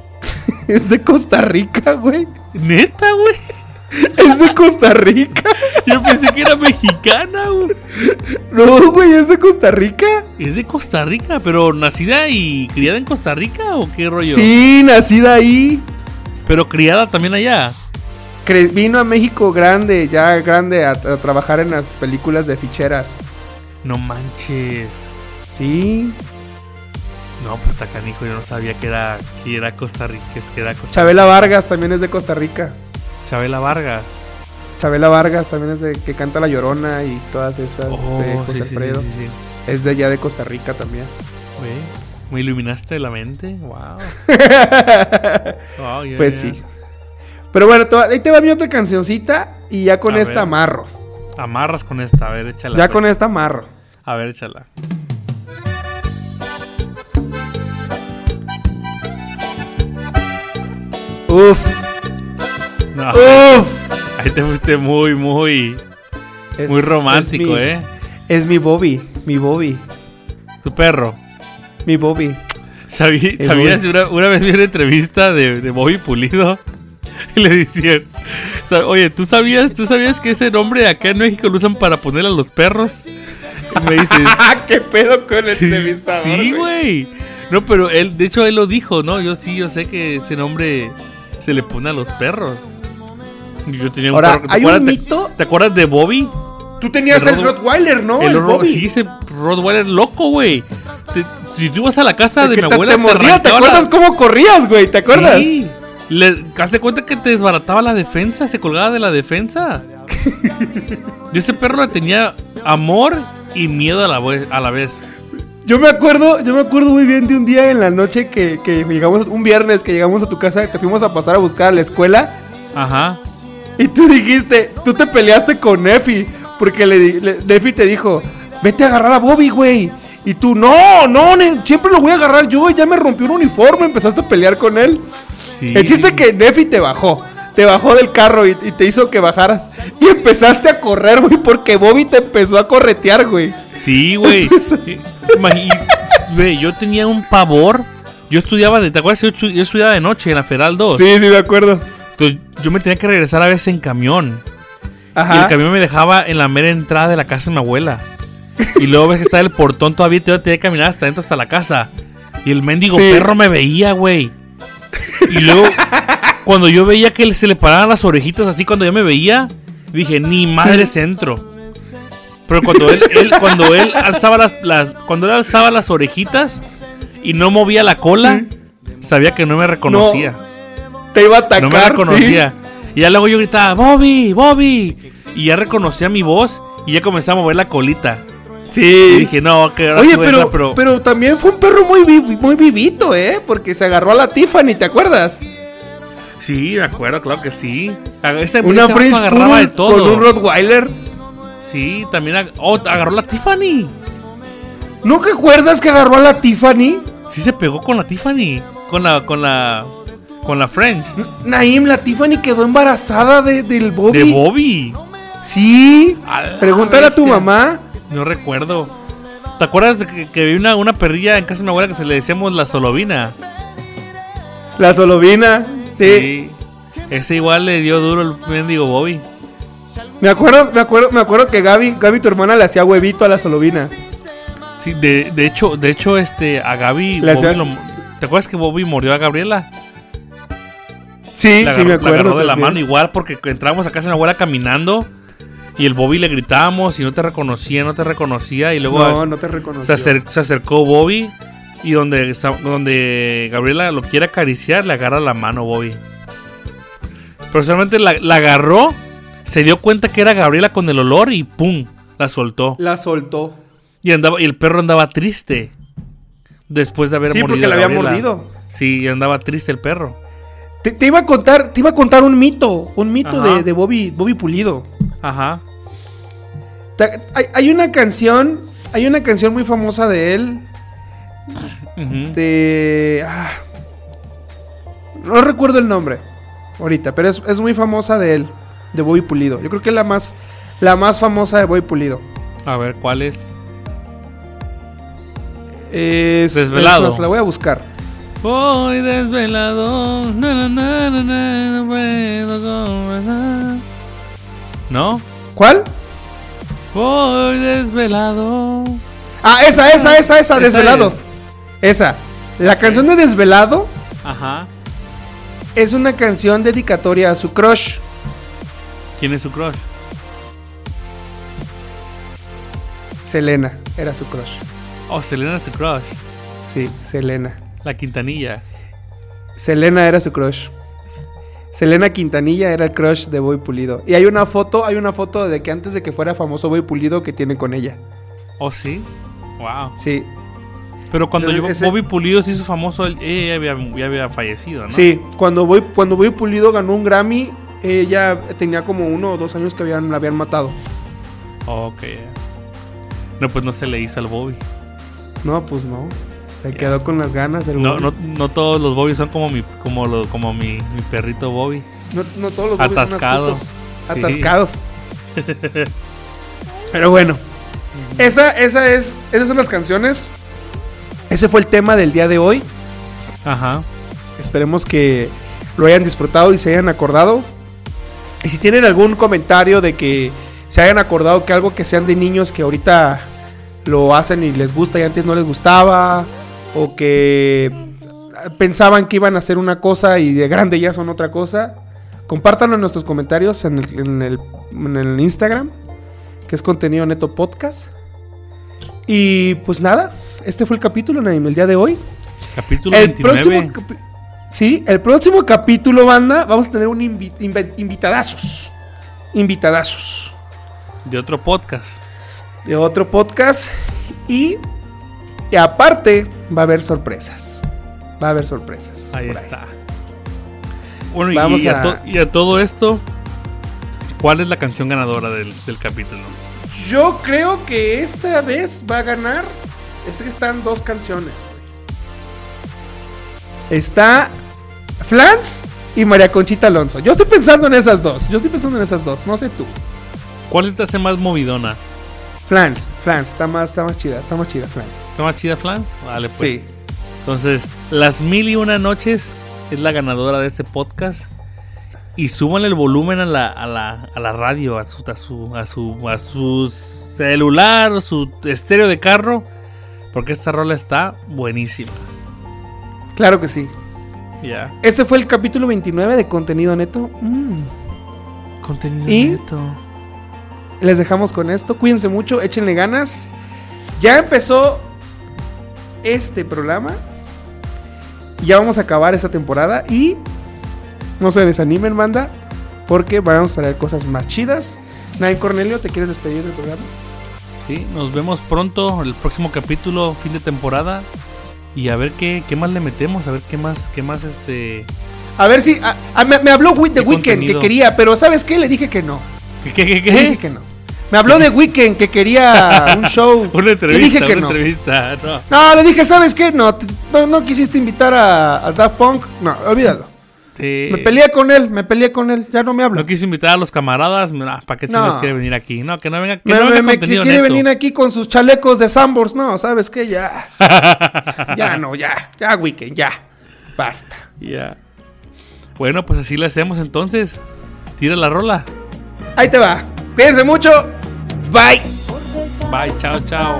S4: Es de Costa Rica, güey.
S3: Neta, güey.
S4: Es de Costa Rica.
S3: Yo pensé que era mexicana, güey.
S4: No, güey, es de Costa Rica.
S3: Es de Costa Rica, pero nacida y criada en Costa Rica o qué rollo.
S4: Sí, nacida ahí.
S3: Pero criada también allá.
S4: Cre- Vino a México grande, ya grande, a, a trabajar en las películas de ficheras.
S3: No manches.
S4: Sí.
S3: No, pues está canijo, yo no sabía que era, que era Costa Rica, que es que era Costa
S4: Chabela Vargas también es de Costa Rica.
S3: Chabela Vargas.
S4: Chabela Vargas también es de que canta La Llorona y todas esas
S3: Oh,
S4: de José
S3: sí, sí, sí,
S4: Alfredo.
S3: sí, sí.
S4: Es de allá de Costa Rica también.
S3: Güey, me iluminaste la mente, wow. Wow, ya,
S4: pues
S3: ya.
S4: sí. Pero bueno, te va- ahí te va mi otra cancioncita y ya con
S3: A
S4: esta
S3: ver.
S4: amarro.
S3: Amarras con esta, a ver, échala.
S4: Ya
S3: pues.
S4: con e- esta amarro.
S3: A ver, échala.
S4: Uf,
S3: No,
S4: Eh. uf.
S3: ahí te fuiste muy, muy,
S4: Es-
S3: muy romántico,
S4: es
S3: eh.
S4: mi- Es mi Bobby, mi Bobby,
S3: Tu perro.
S4: mi Bobby.
S3: Sabí-
S4: El
S3: ¿Sabías?
S4: Bobby.
S3: Una, una vez vi una entrevista de, de Bobby Pulido y le decían, sa- oye, ¿tú sabías, ¿tú sabías que ese nombre acá en México lo usan para poner a los perros? Y me dices,
S4: ¡Ah, qué pedo con el
S3: sí,
S4: televisor!
S3: sí,
S4: güey.
S3: güey. No, pero él, de hecho, él lo dijo, ¿no? Yo sí, yo sé que ese nombre se le pone a los perros. Yo tenía un
S4: Ahora,
S3: perro que- ¿te
S4: hay un
S3: acuerdas- te-
S4: mito-
S3: ¿Te acuerdas de Bobby?
S4: Tú tenías
S3: El
S4: el
S3: Rod-
S4: Rottweiler, ¿no? El,
S3: el Ro-
S4: Bobby.
S3: sí, ese Rottweiler loco, güey. Te- Si tú vas a la casa
S4: El
S3: de
S4: que
S3: mi
S4: te,
S3: abuela,
S4: te mordía, ¿te
S3: arrancaba la-
S4: acuerdas cómo corrías, güey? ¿Te acuerdas?
S3: Sí. Le, haz de cuenta que te desbarataba la defensa, se colgaba de la defensa. Yo ese perro le tenía amor y miedo a la, vez- a la vez.
S4: Yo me acuerdo, yo me acuerdo muy bien de un día en la noche que, que llegamos, un viernes que llegamos a tu casa, que fuimos a pasar a buscar a la escuela
S3: Ajá.
S4: y tú dijiste, tú te peleaste con Nefi porque le, di- le- Nefi te dijo, vete a agarrar a Bobby, güey. Y tú, no, no, ne- siempre lo voy a agarrar yo, ya me rompió un uniforme, empezaste a pelear con él.
S3: Sí.
S4: El chiste que Nefi te bajó. Te bajó del carro y, y te hizo que bajaras. Y empezaste a correr, güey, porque Bobby te empezó a corretear, güey.
S3: Sí, güey.
S4: Entonces-
S3: Sí, imagi- y- Güey, yo tenía un pavor. Yo estudiaba de. ¿Te acuerdas? Yo, estu- yo estudiaba de noche en la Federal 2.
S4: Sí, sí, me acuerdo.
S3: Entonces, yo me tenía que regresar a veces en camión. Y
S4: Ajá.
S3: el camión me dejaba en la mera entrada de la casa de mi abuela. Y luego ves que está el portón todavía, y todavía tenía que caminar hasta adentro, hasta la casa. Y el mendigo
S4: Sí.
S3: perro me veía, güey. Y luego, cuando yo veía que se le paraban las orejitas así, cuando yo me veía, dije, ni madre centro. Pero cuando él, él- cuando él alzaba las, las- cuando él alzaba las orejitas y no movía la cola, sabía que no me reconocía.
S4: Te iba a
S3: No me
S4: atacar.
S3: reconocía. Y ya luego yo gritaba, Bobby, Bobby. Y ya reconocía mi voz y ya comenzaba a mover la colita. Y
S4: Sí. sí.
S3: dije, no, que ahora sí
S4: Oye,
S3: voy a entrar",
S4: pero, pero, también fue un perro muy, vi- muy vivito, ¿eh? Porque se agarró a la Tiffany, ¿te acuerdas?
S3: Sí, de acuerdo, claro que sí. A- Ese,
S4: Una
S3: ese vato
S4: French
S3: agarraba de
S4: Poodle con
S3: todo.
S4: un Rottweiler.
S3: sí, también ag- oh, agarró la Tiffany.
S4: ¿No te acuerdas que agarró a la Tiffany?
S3: Sí se pegó con la Tiffany. Con la, con la, con la French.
S4: Naim, la Tiffany quedó embarazada de, del Bobby.
S3: De Bobby.
S4: Sí.
S3: A la
S4: Pregúntale a tu
S3: bestias.
S4: mamá.
S3: No recuerdo. ¿Te acuerdas de que, que vi una, una perrilla en casa de mi abuela que se le decíamos la Solovina?
S4: La Solovina. Sí.
S3: Sí. Ese igual le dio duro el mendigo Bobby.
S4: Me acuerdo, me acuerdo, me acuerdo que Gaby, Gaby, tu hermana, le hacía huevito a la Solovina.
S3: Sí, de, de hecho, de hecho, este, a Gaby,
S4: Le
S3: Bobby
S4: hacía-
S3: lo- ¿te acuerdas que Bobby mordió a Gabriela?
S4: Sí,
S3: La
S4: sí,
S3: agarró-
S4: me
S3: la
S4: acuerdo.
S3: agarró de la
S4: también.
S3: mano igual porque entramos a casa de mi abuela caminando y el Bobby le gritábamos y no te reconocía, no te reconocía y luego
S4: No, no te
S3: se,
S4: reconocí.
S3: acer- se acercó Bobby y donde, sa- donde Gabriela lo quiere acariciar le agarra la mano Bobby. Pero solamente la, la agarró, se dio cuenta que era Gabriela con el olor y ¡pum! La soltó.
S4: La soltó.
S3: Y andaba y el perro andaba triste después de haber
S4: Sí,
S3: mordido.
S4: porque
S3: a
S4: la había
S3: Gabriela.
S4: mordido.
S3: Sí, y andaba triste el perro.
S4: Te, te iba a contar, te iba a contar un mito, un mito
S3: Ajá.
S4: de, de Bobby, Bobby Pulido.
S3: Ajá.
S4: Ta- Hay, hay una canción, hay una canción muy famosa de él,
S3: Ujú.
S4: de... ah, no recuerdo el nombre ahorita, pero es, es muy famosa de él, de Bobby Pulido. Yo creo que es la más, la más famosa de Bobby Pulido.
S3: A ver, ¿cuál es?
S4: Es,
S3: Desvelado.
S4: es más, la voy a buscar.
S3: Voy desvelado. na, na, na, na, na, no puedo conversar. ¿No?
S4: ¿Cuál?
S3: Voy desvelado.
S4: Ah, esa, esa, esa, esa,
S3: Esa
S4: Desvelado.
S3: es.
S4: Esa. La canción de Desvelado
S3: Ajá.
S4: es una canción dedicatoria a su crush.
S3: ¿Quién es su crush?
S4: Selena era su crush.
S3: Oh, Selena es su crush.
S4: Sí, Selena.
S3: La Quintanilla.
S4: Selena era su crush. Selena Quintanilla era el crush de Boy Pulido. Y hay una foto, hay una foto de que antes de que fuera famoso Boy Pulido que tiene con ella.
S3: ¿Oh, sí? Wow.
S4: Sí,
S3: Pero cuando
S4: Entonces,
S3: llegó
S4: ese-
S3: Bobby Pulido se hizo famoso, él- ella ya había, ya había fallecido, ¿no?
S4: sí. Cuando Boy, cuando Boy Pulido ganó un Grammy, ella tenía como uno o dos años que habían, la habían matado.
S3: Ok. No, pues no se le hizo al Bobby.
S4: No, pues no. Se quedó con las ganas. El
S3: No,
S4: Bobby.
S3: no, no todos los Bobby son como mi, como lo, como mi, mi perrito Bobby.
S4: No, no todos los Bobby son
S3: Atascados.
S4: astutos.
S3: Sí.
S4: Atascados. Pero bueno. Esa, esa es, esas son las canciones. Ese fue el tema del día de hoy.
S3: Ajá.
S4: Esperemos que lo hayan disfrutado y se hayan acordado. Y si tienen algún comentario de que se hayan acordado que algo que sean de niños que ahorita lo hacen y les gusta y antes no les gustaba, o que pensaban que iban a hacer una cosa y de grande ya son otra cosa, compártanlo en nuestros comentarios en el, en el- en el Instagram, que es contenido neto podcast. Y pues nada, este fue el capítulo Naim, el día de hoy.
S3: Capítulo
S4: El
S3: 29.
S4: próximo capi- Sí, el próximo capítulo, banda, vamos a tener un invi- inve- invitadazos. Invitadazos.
S3: De otro podcast.
S4: De otro podcast. Y, y aparte, va a haber sorpresas. Va a haber sorpresas.
S3: Ahí
S4: por ahí.
S3: está. Bueno, y-
S4: Vamos
S3: y, a...
S4: a-
S3: to- y a todo esto, ¿cuál es la canción ganadora del, del capítulo?
S4: Yo creo que esta vez va a ganar. Es que están dos canciones. güey. Está Flans y María Conchita Alonso. Yo estoy pensando en esas dos. Yo estoy pensando en esas dos. No sé tú.
S3: ¿Cuál se te hace más movidona?
S4: Flans, Flans, está más, está más chida, está más chida, Flans.
S3: ¿Está más chida, Flans? Vale, pues.
S4: Sí.
S3: Entonces, las mil y una noches es la ganadora de este podcast. Y súbanle el volumen a la, a la, a la radio, a su, a, su, a, su, a su celular, su estéreo de carro. Porque esta rola está buenísima.
S4: Claro que sí.
S3: Ya.
S4: Este fue el capítulo 29 de Contenido Neto. Mm.
S3: Contenido
S4: Y-
S3: neto.
S4: Les dejamos con esto. Cuídense mucho, échenle ganas. Ya empezó este programa. Ya vamos a acabar esta temporada. Y no se desanimen, manda. Porque vamos a traer cosas más chidas. Nain Cornelio, ¿te quieres despedir del programa?
S3: Sí, nos vemos pronto, el próximo capítulo, fin de temporada. Y a ver qué, qué más le metemos, a ver qué más, qué más este.
S4: A ver si. a- a- me, me habló Wi- de
S3: ¿Qué
S4: Weekend que
S3: contenido? ¿Eh?
S4: quería, pero ¿sabes qué? Le dije que no.
S3: ¿Qué, qué, qué,
S4: Le dije
S3: qué?
S4: que no. Me habló de Weekend que quería un show.
S3: Una entrevista,
S4: Le dije que
S3: una
S4: no.
S3: entrevista. No.
S4: No, le dije, ¿sabes qué? No, t- no, no quisiste invitar a, a Daft Punk. No, olvídalo.
S3: Sí.
S4: Me peleé con él, me peleé con él. Ya no me habla.
S3: No quiso invitar a los camaradas. ¿Para qué chingados
S4: No.
S3: quiere venir aquí? No, que no venga. Que
S4: me,
S3: no
S4: me-
S3: venga
S4: me-
S3: contenido
S4: quiere
S3: neto.
S4: venir aquí con sus chalecos de Sambors. No, ¿sabes qué? Ya. ya no, ya. Ya, Weekend, ya. Basta.
S3: Ya. Bueno, pues así le hacemos entonces. Tira la rola.
S4: Ahí te va. Cuídense mucho. Bye.
S3: Bye, chao, chao.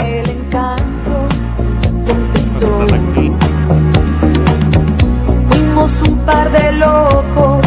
S8: El encanto empezó. Fuimos un par de locos